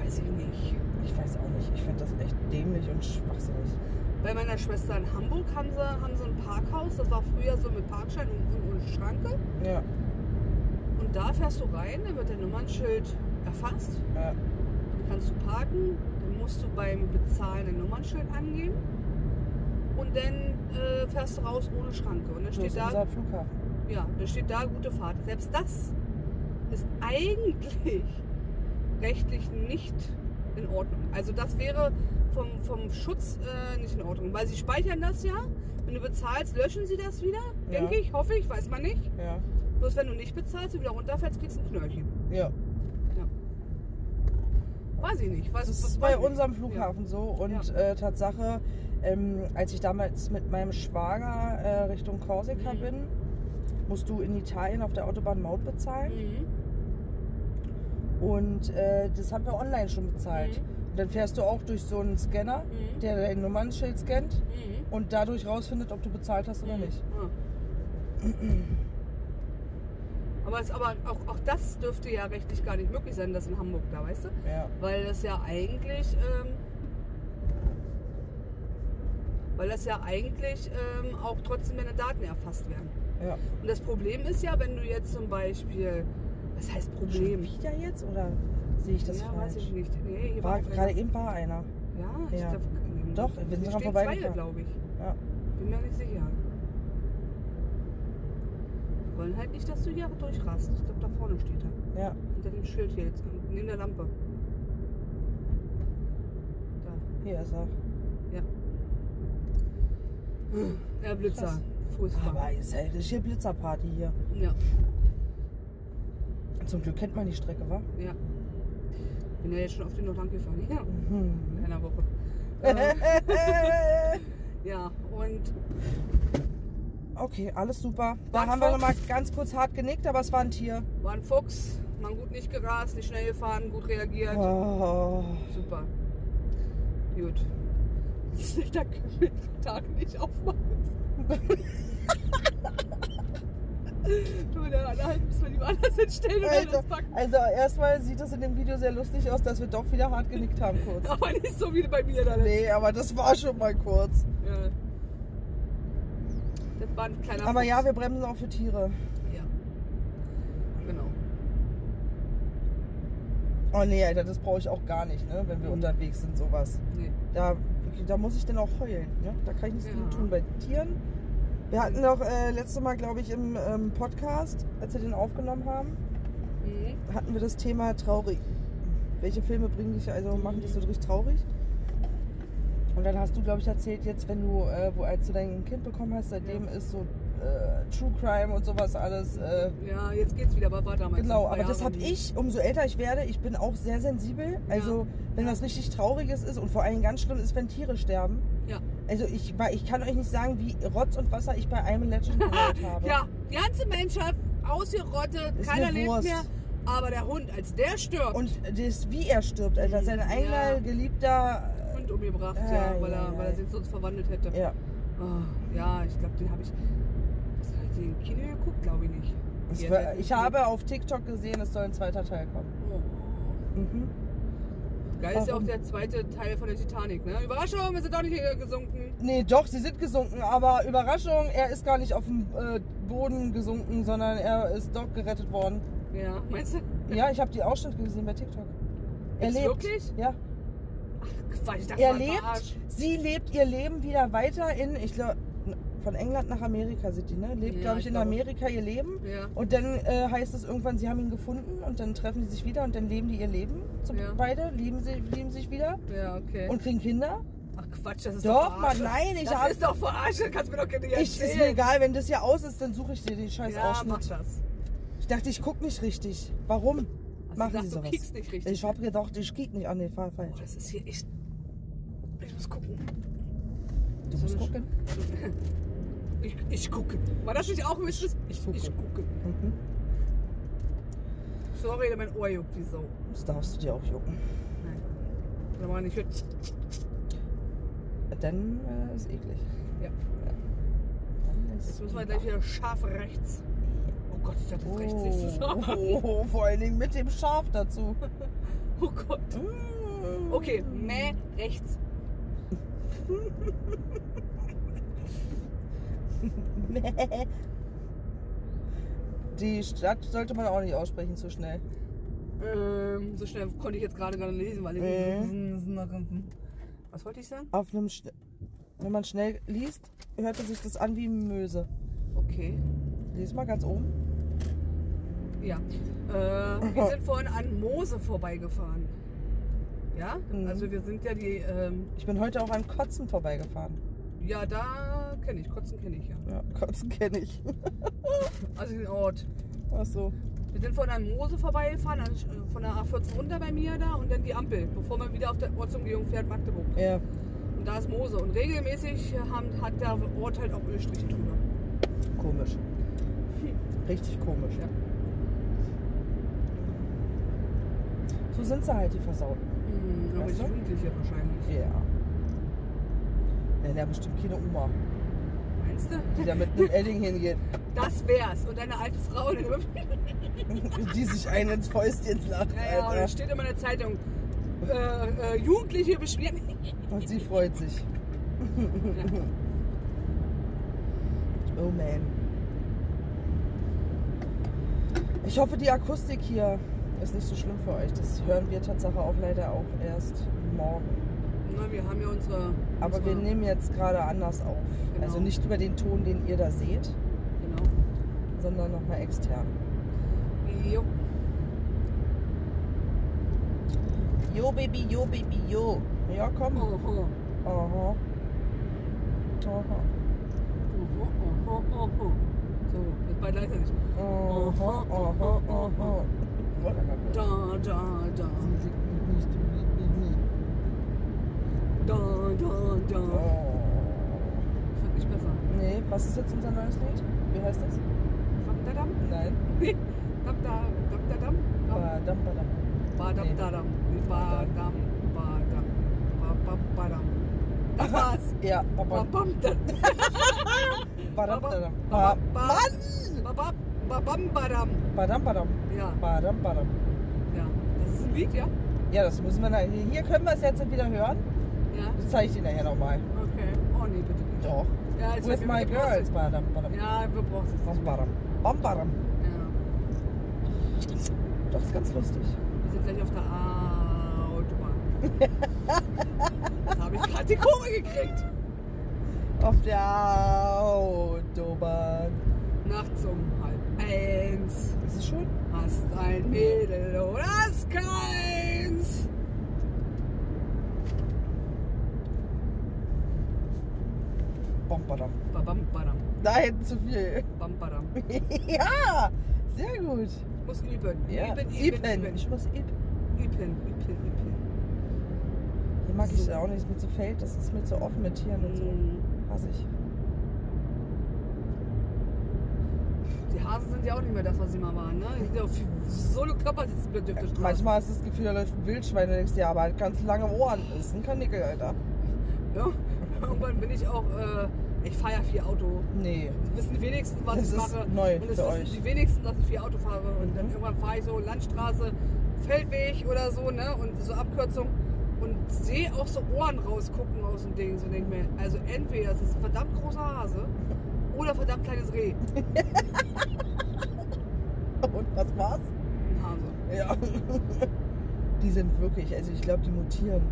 [SPEAKER 1] Weiß ich nicht.
[SPEAKER 2] Ich weiß auch nicht. Ich finde das echt dämlich und schwachsinnig.
[SPEAKER 1] Bei meiner Schwester in Hamburg haben sie, haben sie ein Parkhaus, das war früher so mit Parkschein und, und, und Schranke.
[SPEAKER 2] Ja.
[SPEAKER 1] Und da fährst du rein, dann wird dein Nummernschild erfasst.
[SPEAKER 2] Ja.
[SPEAKER 1] Dann kannst du parken, dann musst du beim Bezahlen ein Nummernschild angeben. Und dann äh, fährst du raus ohne Schranke. Und dann
[SPEAKER 2] So
[SPEAKER 1] steht
[SPEAKER 2] ist
[SPEAKER 1] da,
[SPEAKER 2] unser Flughafen.
[SPEAKER 1] Ja, da steht da gute Fahrt. Selbst das ist eigentlich rechtlich nicht in Ordnung. Also das wäre vom, vom Schutz äh, nicht in Ordnung, weil sie speichern das ja. Wenn du bezahlst, löschen sie das wieder,
[SPEAKER 2] Ja.
[SPEAKER 1] denke ich, hoffe ich, weiß man nicht.
[SPEAKER 2] Ja.
[SPEAKER 1] Bloß wenn du nicht bezahlst und wieder runterfällst, kriegst du ein Knöllchen.
[SPEAKER 2] Ja.
[SPEAKER 1] Weiß ich nicht. Weiß,
[SPEAKER 2] Das
[SPEAKER 1] weiß
[SPEAKER 2] ist bei
[SPEAKER 1] ich nicht.
[SPEAKER 2] unserem Flughafen so und äh, Tatsache, ähm, als ich damals mit meinem Schwager äh, Richtung Korsika
[SPEAKER 1] Mhm.
[SPEAKER 2] bin, musst du in Italien auf der Autobahn Maut
[SPEAKER 1] Ja.
[SPEAKER 2] bezahlen
[SPEAKER 1] Mhm.
[SPEAKER 2] und äh, das haben wir online schon bezahlt. Und dann fährst du auch durch so einen Scanner,
[SPEAKER 1] Mhm.
[SPEAKER 2] der dein Nummernschild scannt
[SPEAKER 1] Mhm.
[SPEAKER 2] und dadurch rausfindet, ob du bezahlt hast oder
[SPEAKER 1] Mhm.
[SPEAKER 2] nicht.
[SPEAKER 1] Ja. Aber, es, aber auch, auch das dürfte ja rechtlich gar nicht möglich sein, das in Hamburg da, weißt du?
[SPEAKER 2] Ja.
[SPEAKER 1] Weil das ja eigentlich, ähm, weil das ja eigentlich ähm, auch trotzdem deine Daten erfasst werden.
[SPEAKER 2] Ja.
[SPEAKER 1] Und das Problem ist ja, wenn du jetzt zum Beispiel, was heißt
[SPEAKER 2] Schon
[SPEAKER 1] Problem?
[SPEAKER 2] wieder jetzt oder sehe ich das
[SPEAKER 1] ja,
[SPEAKER 2] falsch?
[SPEAKER 1] weiß ich nicht. Nee, hier
[SPEAKER 2] War,
[SPEAKER 1] keiner.
[SPEAKER 2] gerade eben war einer.
[SPEAKER 1] Ja, ich
[SPEAKER 2] Ja.
[SPEAKER 1] Darf, nee,
[SPEAKER 2] Doch, wir sind
[SPEAKER 1] hier stehen
[SPEAKER 2] dran
[SPEAKER 1] zwei,
[SPEAKER 2] vorbeigefahren.
[SPEAKER 1] glaube ich.
[SPEAKER 2] Ja.
[SPEAKER 1] Bin mir nicht sicher. Die wollen halt nicht, dass du hier durchrast. Ich glaube, da vorne steht er.
[SPEAKER 2] Ja.
[SPEAKER 1] Hinter dem Schild hier jetzt, neben der Lampe. Da.
[SPEAKER 2] Hier ist er.
[SPEAKER 1] Ja, Blitzer.
[SPEAKER 2] Krass.
[SPEAKER 1] Fußball.
[SPEAKER 2] Aber ist ja das ist hier Blitzerparty hier.
[SPEAKER 1] Ja,
[SPEAKER 2] Zum Glück kennt man die Strecke, wa?
[SPEAKER 1] ja. Bin ja jetzt schon auf den Nordland gefahren. Ja,
[SPEAKER 2] Mhm.
[SPEAKER 1] in einer Woche. Äh,
[SPEAKER 2] okay,
[SPEAKER 1] ja, und
[SPEAKER 2] alles super. Da
[SPEAKER 1] Dann
[SPEAKER 2] haben wir
[SPEAKER 1] Fuchs.
[SPEAKER 2] nochmal ganz kurz hart genickt, aber es war ein Tier.
[SPEAKER 1] war ein Fuchs, man gut nicht gerast, nicht schnell gefahren, gut reagiert.
[SPEAKER 2] Oh.
[SPEAKER 1] Super. Gut. Da können wir den Tag nicht aufmachen. Du, da halten müssen wir lieber anders hinstellen und
[SPEAKER 2] Also,
[SPEAKER 1] anders packen.
[SPEAKER 2] also erstmal sieht das in dem Video sehr lustig aus, dass wir doch wieder hart genickt haben kurz.
[SPEAKER 1] Aber nicht so wie bei mir da.
[SPEAKER 2] Nee, aber das war schon mal kurz.
[SPEAKER 1] Ja. Das war ein kleiner
[SPEAKER 2] Aber
[SPEAKER 1] Fuchs.
[SPEAKER 2] ja, wir bremsen auch für Tiere.
[SPEAKER 1] Ja. Genau.
[SPEAKER 2] Oh nee, Alter, das brauche ich auch gar nicht, ne? wenn wir
[SPEAKER 1] Mhm.
[SPEAKER 2] unterwegs sind, sowas.
[SPEAKER 1] Nee.
[SPEAKER 2] Da, da muss ich dann auch heulen. Ne? Da kann ich nichts gegen
[SPEAKER 1] Ja.
[SPEAKER 2] tun bei Tieren. Wir hatten doch äh, letztes Mal, glaube ich, im ähm, Podcast, als wir den aufgenommen haben,
[SPEAKER 1] Mhm.
[SPEAKER 2] hatten wir das Thema traurig. Welche Filme bringen dich, also machen dich so richtig traurig? Und dann hast du, glaube ich, erzählt, jetzt, wenn du, äh, wo, als du dein Kind bekommen hast, seitdem ist so äh, True Crime und sowas alles. Äh,
[SPEAKER 1] Ja, jetzt geht's wieder, aber war damals.
[SPEAKER 2] Genau,
[SPEAKER 1] vor
[SPEAKER 2] aber das
[SPEAKER 1] Jahren.
[SPEAKER 2] habe ich, umso älter ich werde, ich bin auch sehr sensibel. Also, wenn was richtig Trauriges ist und vor allem ganz schlimm ist, wenn Tiere sterben.
[SPEAKER 1] Ja.
[SPEAKER 2] Also, ich, weil ich kann euch nicht sagen, wie Rotz und Wasser ich bei einem Legend gehört habe.
[SPEAKER 1] Ja, die ganze Menschheit ausgerottet,
[SPEAKER 2] Ist
[SPEAKER 1] keiner
[SPEAKER 2] mir
[SPEAKER 1] lebt
[SPEAKER 2] Wurst.
[SPEAKER 1] mehr. Aber der Hund, als der stirbt und,
[SPEAKER 2] Und das, wie er stirbt, Alter. Sein
[SPEAKER 1] Ja.
[SPEAKER 2] eigener Geliebter.
[SPEAKER 1] umgebracht,
[SPEAKER 2] Ei,
[SPEAKER 1] ja, weil,
[SPEAKER 2] ei,
[SPEAKER 1] er, weil
[SPEAKER 2] ei.
[SPEAKER 1] er sich sonst verwandelt hätte.
[SPEAKER 2] äh, Ja,
[SPEAKER 1] Oh, ja, ich glaube, den habe ich. Was habe ich den im Kino geguckt? Glaube ich nicht.
[SPEAKER 2] das
[SPEAKER 1] Ja,
[SPEAKER 2] war,
[SPEAKER 1] das-
[SPEAKER 2] ich habe auf TikTok gesehen, es soll ein zweiter Teil kommen.
[SPEAKER 1] Oh.
[SPEAKER 2] Mhm.
[SPEAKER 1] Geil ist ja auch
[SPEAKER 2] Warum?
[SPEAKER 1] der zweite Teil von der Titanic, ne? Überraschung, wir sind doch nicht hier gesunken.
[SPEAKER 2] Nee, doch, sie sind gesunken, aber Überraschung, er ist gar nicht auf dem äh, Boden gesunken, sondern er ist doch gerettet worden.
[SPEAKER 1] Ja, meinst du?
[SPEAKER 2] Ja, ich habe die Ausschnitte gesehen bei TikTok. Er
[SPEAKER 1] Ist
[SPEAKER 2] lebt.
[SPEAKER 1] wirklich?
[SPEAKER 2] Ja.
[SPEAKER 1] Quatsch, ich dachte,
[SPEAKER 2] Er
[SPEAKER 1] mal,
[SPEAKER 2] lebt.
[SPEAKER 1] verarscht.
[SPEAKER 2] Sie lebt ihr Leben wieder weiter in, ich glaube, von England nach Amerika sind die, ne? Lebt,
[SPEAKER 1] Ja,
[SPEAKER 2] glaube
[SPEAKER 1] ich
[SPEAKER 2] ich, in
[SPEAKER 1] glaube.
[SPEAKER 2] Amerika ihr Leben.
[SPEAKER 1] Ja.
[SPEAKER 2] Und dann äh, heißt es irgendwann, sie haben ihn gefunden und dann treffen die sich wieder und dann leben die ihr Leben. Zum,
[SPEAKER 1] Ja.
[SPEAKER 2] Beide lieben, sie, lieben sich wieder
[SPEAKER 1] Ja, okay.
[SPEAKER 2] und kriegen Kinder.
[SPEAKER 1] Ach Quatsch, das ist
[SPEAKER 2] Doch,
[SPEAKER 1] doch
[SPEAKER 2] Mann,
[SPEAKER 1] Verarsche.
[SPEAKER 2] nein, ich
[SPEAKER 1] das
[SPEAKER 2] hab-
[SPEAKER 1] ist doch verarsche, kannst du mir doch nicht erzählen.
[SPEAKER 2] Ich, ist mir egal, wenn das hier aus ist, dann suche ich dir den scheiß
[SPEAKER 1] Ja, mach
[SPEAKER 2] Ausschnitt.
[SPEAKER 1] das.
[SPEAKER 2] Ich dachte, ich guck nicht richtig. Warum?
[SPEAKER 1] Hast
[SPEAKER 2] Machen
[SPEAKER 1] Also du
[SPEAKER 2] sie
[SPEAKER 1] gesagt, du
[SPEAKER 2] sowas?
[SPEAKER 1] kickst nicht richtig.
[SPEAKER 2] Ich habe gedacht, ich kick nicht an den Fall
[SPEAKER 1] Boah,
[SPEAKER 2] falsch.
[SPEAKER 1] das ist hier echt. Ich muss gucken.
[SPEAKER 2] Du
[SPEAKER 1] So
[SPEAKER 2] musst
[SPEAKER 1] eine
[SPEAKER 2] gucken.
[SPEAKER 1] Ich, ich gucke. War das nicht auch ein bisschen? Ich,
[SPEAKER 2] gucke.
[SPEAKER 1] ich gucke.
[SPEAKER 2] Mhm.
[SPEAKER 1] Sorry, mein Ohr juckt wie so.
[SPEAKER 2] Das darfst du dir auch jucken.
[SPEAKER 1] Da war nicht.
[SPEAKER 2] Dann äh, ist eklig.
[SPEAKER 1] Ja.
[SPEAKER 2] Dann ist
[SPEAKER 1] Jetzt müssen wir gleich wieder scharf rechts. Oh Gott, ich dachte, das
[SPEAKER 2] Oh,
[SPEAKER 1] ist rechts nicht
[SPEAKER 2] oh,
[SPEAKER 1] zusammen.
[SPEAKER 2] oh, vor allen Dingen mit dem Schaf dazu.
[SPEAKER 1] Oh Gott. Okay, mehr rechts.
[SPEAKER 2] Mäh. Die Stadt sollte man auch nicht aussprechen zu schnell.
[SPEAKER 1] Ähm, so schnell konnte ich jetzt gerade gar nicht lesen, weil ich. Was wollte ich sagen?
[SPEAKER 2] Auf einem Schn Wenn man schnell liest, hörte sich das an wie Möse.
[SPEAKER 1] Okay.
[SPEAKER 2] Lies mal ganz oben.
[SPEAKER 1] Ja. Äh, wir sind vorhin an Moose vorbeigefahren. Ja?
[SPEAKER 2] Mhm.
[SPEAKER 1] Also wir sind ja die, ähm,
[SPEAKER 2] Ich bin heute auch an Kotzen vorbeigefahren.
[SPEAKER 1] ja da kenne ich, Kotzen kenne ich ja.
[SPEAKER 2] Ja, Kotzen kenne ich.
[SPEAKER 1] Also den Ort.
[SPEAKER 2] Ach so.
[SPEAKER 1] Wir sind vorhin an Moose vorbeigefahren, an, äh, von der A14 runter bei mir da und dann die Ampel, bevor man wieder auf der Ortsumgehung fährt, Magdeburg.
[SPEAKER 2] Ja.
[SPEAKER 1] Und da ist Moose. Und regelmäßig äh, haben, hat der Ort halt auch Ölstriche drüber.
[SPEAKER 2] Komisch. Richtig komisch.
[SPEAKER 1] Ja.
[SPEAKER 2] So sind sie halt, die Versauten.
[SPEAKER 1] Mhm, aber
[SPEAKER 2] Weißt
[SPEAKER 1] ich
[SPEAKER 2] du?
[SPEAKER 1] Jugendliche wahrscheinlich.
[SPEAKER 2] Ja. Nein, der bestimmt keine Oma,
[SPEAKER 1] Meinst du?
[SPEAKER 2] die da mit einem Edding hingeht,
[SPEAKER 1] Das wär's. Und eine alte Frau, die
[SPEAKER 2] die sich einen ins Fäustchen lacht,
[SPEAKER 1] Naja, und
[SPEAKER 2] Alter.
[SPEAKER 1] dann steht immer in der Zeitung, äh, äh, Jugendliche beschweren.
[SPEAKER 2] Und sie freut sich. Oh man. Ich hoffe, die Akustik hier ist nicht so schlimm für euch. Das hören wir Tatsache auch leider auch erst morgen.
[SPEAKER 1] Na, wir haben ja unsere.
[SPEAKER 2] Aber
[SPEAKER 1] unsere,
[SPEAKER 2] wir nehmen jetzt gerade anders auf.
[SPEAKER 1] Genau.
[SPEAKER 2] Also nicht über den Ton, den ihr da seht,
[SPEAKER 1] Genau.
[SPEAKER 2] sondern nochmal extern.
[SPEAKER 1] Jo.
[SPEAKER 2] Yo, Baby, yo, Baby, Oh. yo. Ja, komm.
[SPEAKER 1] Oho, oho,
[SPEAKER 2] Aha. Aha.
[SPEAKER 1] oho, oho. So, jetzt bald leider nicht.
[SPEAKER 2] Aha, aha, aha.
[SPEAKER 1] Da, da, da. Da, da, da.
[SPEAKER 2] Oh.
[SPEAKER 1] Das wird nicht besser.
[SPEAKER 2] Nee, was ist jetzt unser neues Lied? Wie heißt das?
[SPEAKER 1] Dam-da-dam.
[SPEAKER 2] Nein.
[SPEAKER 1] Dam-da- Dam-da-dam. Dam-
[SPEAKER 2] Badam, badam.
[SPEAKER 1] Ba-dam-da-dam. Nee, Ba-dam. Ba-dam. Ba-bam-ba-dam. Das war's.
[SPEAKER 2] Ja, badam,
[SPEAKER 1] Ba-bam-da-
[SPEAKER 2] badam, badam.
[SPEAKER 1] Ba-
[SPEAKER 2] Ba-
[SPEAKER 1] ba-
[SPEAKER 2] Mann!
[SPEAKER 1] Ba-bam. Babam badam.
[SPEAKER 2] Badam, badam.
[SPEAKER 1] Ja,
[SPEAKER 2] Badam, badam.
[SPEAKER 1] ja. Das ist ein Lied, ja?
[SPEAKER 2] Ja, das müssen wir nachher. Hier können wir es jetzt wieder hören.
[SPEAKER 1] Ja.
[SPEAKER 2] Das zeige ich dir nachher nochmal.
[SPEAKER 1] Okay. Oh nee, bitte nicht.
[SPEAKER 2] Doch.
[SPEAKER 1] Ja, jetzt
[SPEAKER 2] With
[SPEAKER 1] wir
[SPEAKER 2] my
[SPEAKER 1] brauchen
[SPEAKER 2] girls.
[SPEAKER 1] es.
[SPEAKER 2] Badam, badam.
[SPEAKER 1] Ja, wir brauchen es.
[SPEAKER 2] Was badam? Bam, badam.
[SPEAKER 1] Ja.
[SPEAKER 2] Doch, ist ganz lustig.
[SPEAKER 1] Wir sind gleich auf der Autobahn. Jetzt habe ich gerade die Kurve gekriegt.
[SPEAKER 2] Auf der Autobahn.
[SPEAKER 1] Nachts um halb eins.
[SPEAKER 2] Ist es schön?
[SPEAKER 1] Hast ein Mädel oder hast keins?
[SPEAKER 2] Bam, badam.
[SPEAKER 1] Babam badam.
[SPEAKER 2] Da hätten zu viel.
[SPEAKER 1] Bam badam.
[SPEAKER 2] ja, sehr gut.
[SPEAKER 1] Muss üben. Üben, üben,
[SPEAKER 2] Ipen.
[SPEAKER 1] üben.
[SPEAKER 2] Ich muss Ipen.
[SPEAKER 1] Üben, üben, üben.
[SPEAKER 2] Hier mag ich auch nicht, ist mir zu feld, das ist mir zu offen mit Tieren und so.
[SPEAKER 1] Mhm.
[SPEAKER 2] Hasse ich.
[SPEAKER 1] Die Hasen sind ja auch nicht mehr das, was sie mal waren, ne? Die sind ja auf Solo-Körper sitzen blöd auf der Straße.
[SPEAKER 2] Manchmal hast du das Gefühl, da läuft ein Wildschwein und denkst dir, aber halt ganz lange Ohren. Das ist ein Kanickel, Alter.
[SPEAKER 1] Ja? Irgendwann bin ich auch, äh, ich fahre ja viel Auto.
[SPEAKER 2] Nee.
[SPEAKER 1] Die wissen wenigstens, was
[SPEAKER 2] Das
[SPEAKER 1] ich
[SPEAKER 2] ist
[SPEAKER 1] mache.
[SPEAKER 2] neu
[SPEAKER 1] und es
[SPEAKER 2] für
[SPEAKER 1] wissen
[SPEAKER 2] euch.
[SPEAKER 1] die wenigsten, dass ich viel Auto fahre. Und dann
[SPEAKER 2] Mhm.
[SPEAKER 1] irgendwann fahre ich so Landstraße, Feldweg oder so, ne? Und so Abkürzung. Und sehe auch so Ohren rausgucken aus dem Ding. So denke mir, also entweder das ist ein verdammt großer Hase oder verdammt kleines Reh.
[SPEAKER 2] Und was war's?
[SPEAKER 1] Ein Hase.
[SPEAKER 2] Ja. Die sind wirklich, also ich glaube, die mutieren.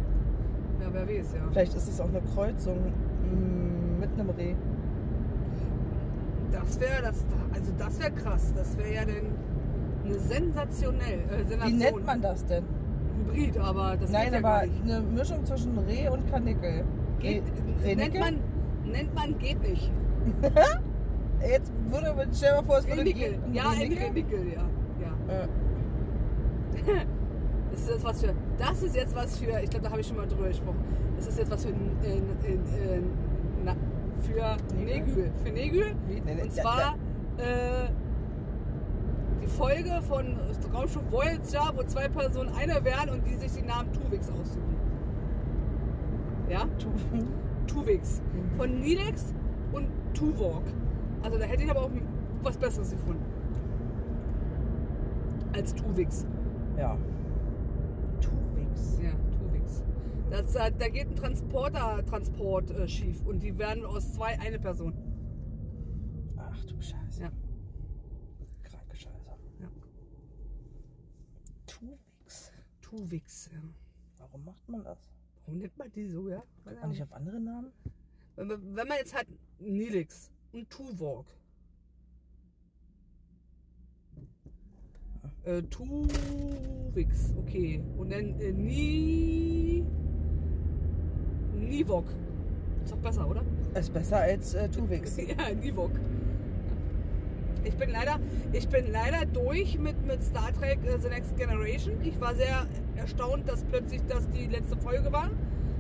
[SPEAKER 1] Ja, wer weiß, ja.
[SPEAKER 2] Vielleicht ist es auch eine Kreuzung mm, mit einem Reh.
[SPEAKER 1] Das wäre das, also das wäre krass. Das wäre ja dann eine sensationell. Äh,
[SPEAKER 2] Wie
[SPEAKER 1] Sensation.
[SPEAKER 2] nennt man das denn?
[SPEAKER 1] Hybrid, aber das
[SPEAKER 2] Nein,
[SPEAKER 1] geht ja
[SPEAKER 2] aber
[SPEAKER 1] gar nicht.
[SPEAKER 2] eine Mischung zwischen Reh und Kanickel.
[SPEAKER 1] Geht,
[SPEAKER 2] Reh-
[SPEAKER 1] nennt,
[SPEAKER 2] Rehnickel?
[SPEAKER 1] man, nennt man geht nicht.
[SPEAKER 2] Jetzt würde man, stell dir mal vor, es würde
[SPEAKER 1] Rehnickel.
[SPEAKER 2] gehen.
[SPEAKER 1] Ja, ein
[SPEAKER 2] Rehnickel?
[SPEAKER 1] Rehnickel, ja. ja.
[SPEAKER 2] Äh,
[SPEAKER 1] Das ist jetzt was für. Das ist jetzt was für. Ich glaube, da habe ich schon mal drüber gesprochen. Das ist jetzt was für. In, in, in, in, na, für
[SPEAKER 2] Nägel.
[SPEAKER 1] Nägel. Für Nägel.
[SPEAKER 2] wie- nee, nee,
[SPEAKER 1] Und
[SPEAKER 2] ja,
[SPEAKER 1] zwar äh, die Folge von Raumschiff Voyager, wo zwei Personen einer wären und die sich den Namen Tuvix aussuchen. Ja?
[SPEAKER 2] ja.
[SPEAKER 1] Tuvix.
[SPEAKER 2] Mhm.
[SPEAKER 1] Von Nidex und Tuvok. Also da hätte ich aber auch was Besseres gefunden. Als Tuvix.
[SPEAKER 2] Ja. Tuwix.
[SPEAKER 1] Ja, Tuvix. Das, äh, da, da geht ein Transporter-Transport äh, schief und die werden aus zwei eine Person.
[SPEAKER 2] Ach du Scheiße.
[SPEAKER 1] Ja.
[SPEAKER 2] Kranke Scheiße.
[SPEAKER 1] Ja.
[SPEAKER 2] Tuwix.
[SPEAKER 1] Tuvix, ja.
[SPEAKER 2] Warum macht man das?
[SPEAKER 1] Warum nennt man die so, ja?
[SPEAKER 2] Kommt man nicht auf andere Namen?
[SPEAKER 1] Wenn man, wenn man jetzt hat Nilix und Tuvok. Äh, Tuvix, okay. Und dann äh, Ni. Nivok. Ist doch besser, oder?
[SPEAKER 2] Ist besser als äh, Tuwix.
[SPEAKER 1] ja, Nivok. Ich bin leider, ich bin leider durch mit, mit Star Trek äh, The Next Generation. Ich war sehr erstaunt, dass plötzlich das die letzte Folge war.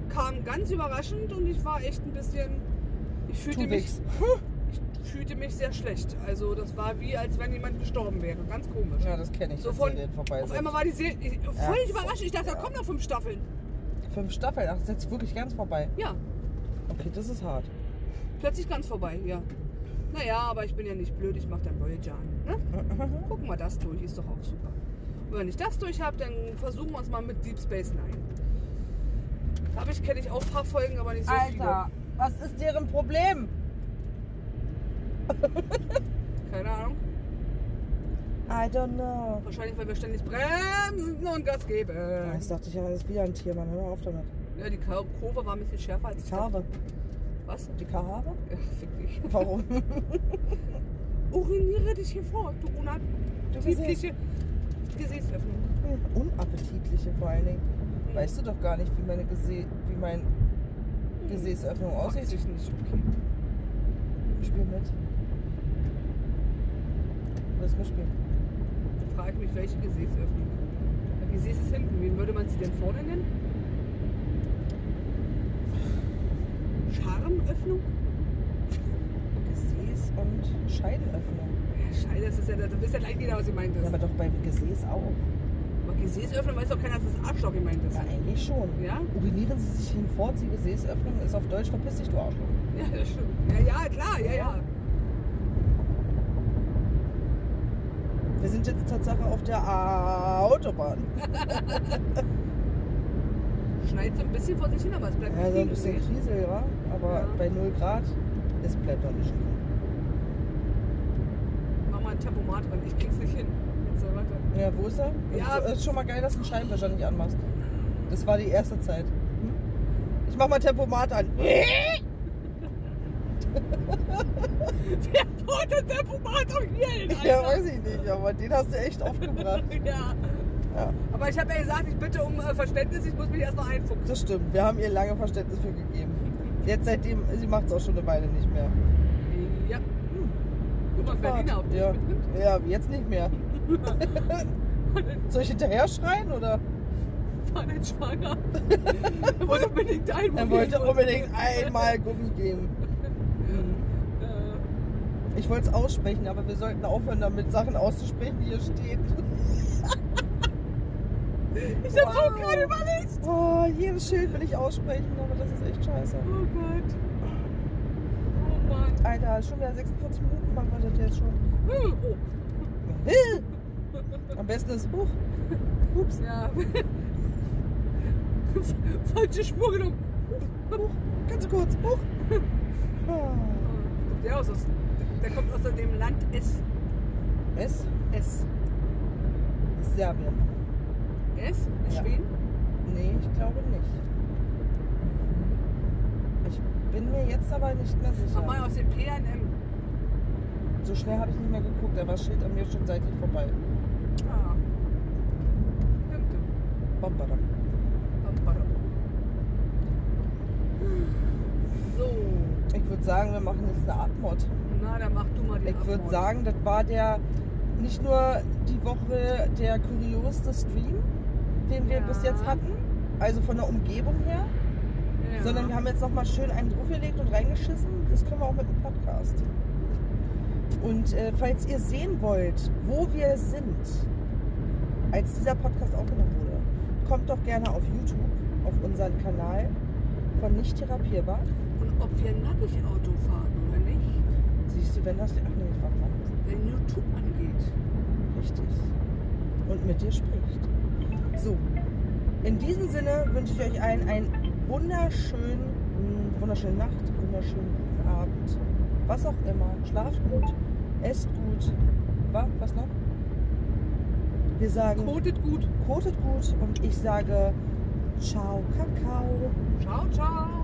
[SPEAKER 1] Kam ganz überraschend und ich war echt ein bisschen. Ich fühlte mich,
[SPEAKER 2] Tuwix.
[SPEAKER 1] ich fühlte mich sehr schlecht. Also das war wie, als wenn jemand gestorben wäre. Ganz komisch.
[SPEAKER 2] Ja, das kenne ich.
[SPEAKER 1] So
[SPEAKER 2] dass
[SPEAKER 1] von-
[SPEAKER 2] Serien vorbei
[SPEAKER 1] Auf
[SPEAKER 2] sind.
[SPEAKER 1] einmal war die Serie ich- völlig
[SPEAKER 2] Ja.
[SPEAKER 1] überrascht. Ich dachte, da
[SPEAKER 2] Ja.
[SPEAKER 1] kommen noch fünf Staffeln.
[SPEAKER 2] Fünf Staffeln. Ach, das ist jetzt wirklich ganz vorbei.
[SPEAKER 1] Ja,
[SPEAKER 2] Okay, das ist hart.
[SPEAKER 1] plötzlich ganz vorbei. Ja. Naja, aber ich bin ja nicht blöd. Ich mache dann Voyager an. Ne? gucken wir das durch, ist doch auch super. Und wenn ich das durch habe, dann versuchen wir uns mal mit Deep Space Nine. Da habe ich, kenne ich auch ein paar Folgen, aber nicht so
[SPEAKER 2] Alter, was ist deren Problem?
[SPEAKER 1] viele. Keine Ahnung.
[SPEAKER 2] I don't know.
[SPEAKER 1] Wahrscheinlich, weil wir ständig bremsen und Gas geben.
[SPEAKER 2] Ah, Jetzt dachte ich ja, das ist wieder ein Tier, Mann. Hör mal auf damit.
[SPEAKER 1] Ja, die Kur- Kurve war ein bisschen schärfer als
[SPEAKER 2] Die
[SPEAKER 1] ich dachte.
[SPEAKER 2] Karre.
[SPEAKER 1] Was?
[SPEAKER 2] Die Karre?
[SPEAKER 1] Ja, fick dich.
[SPEAKER 2] Warum?
[SPEAKER 1] Uriniere dich hier vor, du
[SPEAKER 2] Gesicht.
[SPEAKER 1] unappetitliche Gesäßöffnung.
[SPEAKER 2] Unappetitliche vor allen Dingen. Weißt du doch gar nicht, wie meine, Gese wie mein Gesäßöffnung aussieht.
[SPEAKER 1] ich nicht. Okay.
[SPEAKER 2] Spiel mit. Willst du mitspielen?
[SPEAKER 1] Dann frage ich mich, welche Gesäßöffnung. Weil Gesäß ist hinten. Wen würde man sie denn vorne nennen? Scharmöffnung?
[SPEAKER 2] Gesäß und Scheidenöffnung.
[SPEAKER 1] Ja, scheiße, das ist ja, du wisst ja gleich wieder, was gemeint ist.
[SPEAKER 2] Ja, aber doch beim Gesäß auch.
[SPEAKER 1] aber Gesäßöffnung weiß doch keiner, dass das Arschloch gemeint ist.
[SPEAKER 2] Ja, eigentlich schon.
[SPEAKER 1] Ja?
[SPEAKER 2] Urinieren Sie sich hinfort, Sie Gesäßöffnung ist auf Deutsch verpiss dich, du Arschloch.
[SPEAKER 1] Ja, das stimmt. Ja, ja, klar, ja, ja.
[SPEAKER 2] sind jetzt Tatsache auf der Autobahn.
[SPEAKER 1] Schneit so ein bisschen vor sich hin, aber es bleibt
[SPEAKER 2] Ja, so ein
[SPEAKER 1] liegen.
[SPEAKER 2] bisschen Kriesel, ja. Aber
[SPEAKER 1] eh. Ja.
[SPEAKER 2] bei 0 Grad, es bleibt doch nicht liegen.
[SPEAKER 1] Mach mal ein Tempomat rein, ich krieg's nicht hin. Jetzt, äh, warte.
[SPEAKER 2] Ja, wo ist er?
[SPEAKER 1] Ja.
[SPEAKER 2] Es ist schon mal geil, dass du einen Scheibenwischer nicht anmachst. Das war die erste Zeit. Hm? Ich mach mal Tempomat an.
[SPEAKER 1] Wer baut das Tempomat auch hier hin,
[SPEAKER 2] Ja,
[SPEAKER 1] Alter?
[SPEAKER 2] weiß ich nicht, aber den hast du echt aufgebracht.
[SPEAKER 1] ja.
[SPEAKER 2] Ja.
[SPEAKER 1] Aber ich habe ja gesagt, ich bitte um äh, Verständnis, ich muss mich erst noch einfuchsen.
[SPEAKER 2] Das stimmt, wir haben ihr lange Verständnis für gegeben. Jetzt seitdem, sie macht es auch schon eine Weile nicht mehr.
[SPEAKER 1] Ja. Guck mal, Berliner, ob die
[SPEAKER 2] ja.
[SPEAKER 1] nicht mitnimmt.
[SPEAKER 2] ja, jetzt nicht mehr. Soll ich hinterher schreien oder?
[SPEAKER 1] War nicht schwanger. er wollte unbedingt ein.
[SPEAKER 2] Er wollte unbedingt einmal Gummi geben.
[SPEAKER 1] Äh,
[SPEAKER 2] Ich wollte es aussprechen, aber wir sollten aufhören, damit Sachen auszusprechen, die hier stehen.
[SPEAKER 1] ich habe auch
[SPEAKER 2] Wow.
[SPEAKER 1] gerade überlegt.
[SPEAKER 2] Oh, jedes Schild will ich aussprechen, aber das ist echt scheiße.
[SPEAKER 1] Oh Gott. Oh Mann.
[SPEAKER 2] Alter, schon wieder 46 Minuten machen wir das jetzt schon.
[SPEAKER 1] Hm, Oh.
[SPEAKER 2] Am besten ist Buch.
[SPEAKER 1] Ups. Ja. Falsche Spur genommen.
[SPEAKER 2] Buch. Ganz kurz. Buch. Ah.
[SPEAKER 1] Kommt Der, aus, aus, der kommt aus dem Land S.
[SPEAKER 2] Es
[SPEAKER 1] S.
[SPEAKER 2] ist Serbien.
[SPEAKER 1] S? Ist
[SPEAKER 2] Ja.
[SPEAKER 1] Schweden?
[SPEAKER 2] Nee, ich glaube nicht. Ich bin mir jetzt aber nicht mehr sicher.
[SPEAKER 1] Mach mal aus dem P ein M.
[SPEAKER 2] So schnell habe ich nicht mehr geguckt, aber das Schild an mir schon seitlich vorbei.
[SPEAKER 1] Ah. Stimmt.
[SPEAKER 2] Bombadam.
[SPEAKER 1] So,
[SPEAKER 2] Ich würde sagen, wir machen jetzt eine Abmod.
[SPEAKER 1] na dann mach du mal die
[SPEAKER 2] Ich würde
[SPEAKER 1] Abmod.
[SPEAKER 2] sagen, das war der nicht nur die Woche der kurioseste Stream, den wir
[SPEAKER 1] Ja.
[SPEAKER 2] bis jetzt hatten, also von der Umgebung her,
[SPEAKER 1] ja.
[SPEAKER 2] sondern wir haben jetzt nochmal schön einen draufgelegt und reingeschissen. Das können wir auch mit dem Podcast. Und äh, falls ihr sehen wollt, wo wir sind, als dieser Podcast aufgenommen wurde, kommt doch gerne auf YouTube, auf unseren Kanal von Nicht Therapierbar.
[SPEAKER 1] Und ob wir nackig Auto fahren oder nicht,
[SPEAKER 2] Siehst du, wenn das. Ach nee, ich war dran.
[SPEAKER 1] wenn YouTube angeht.
[SPEAKER 2] Richtig. Und mit dir spricht. So, in diesem Sinne wünsche ich euch allen einen wunderschönen, mh, wunderschönen Nacht, wunderschönen guten Abend, was auch immer. Schlaft gut, esst gut, wa? was noch? Wir sagen,
[SPEAKER 1] Quotet gut.
[SPEAKER 2] kotet gut und ich sage, ciao, Kakao.
[SPEAKER 1] Ciao, ciao.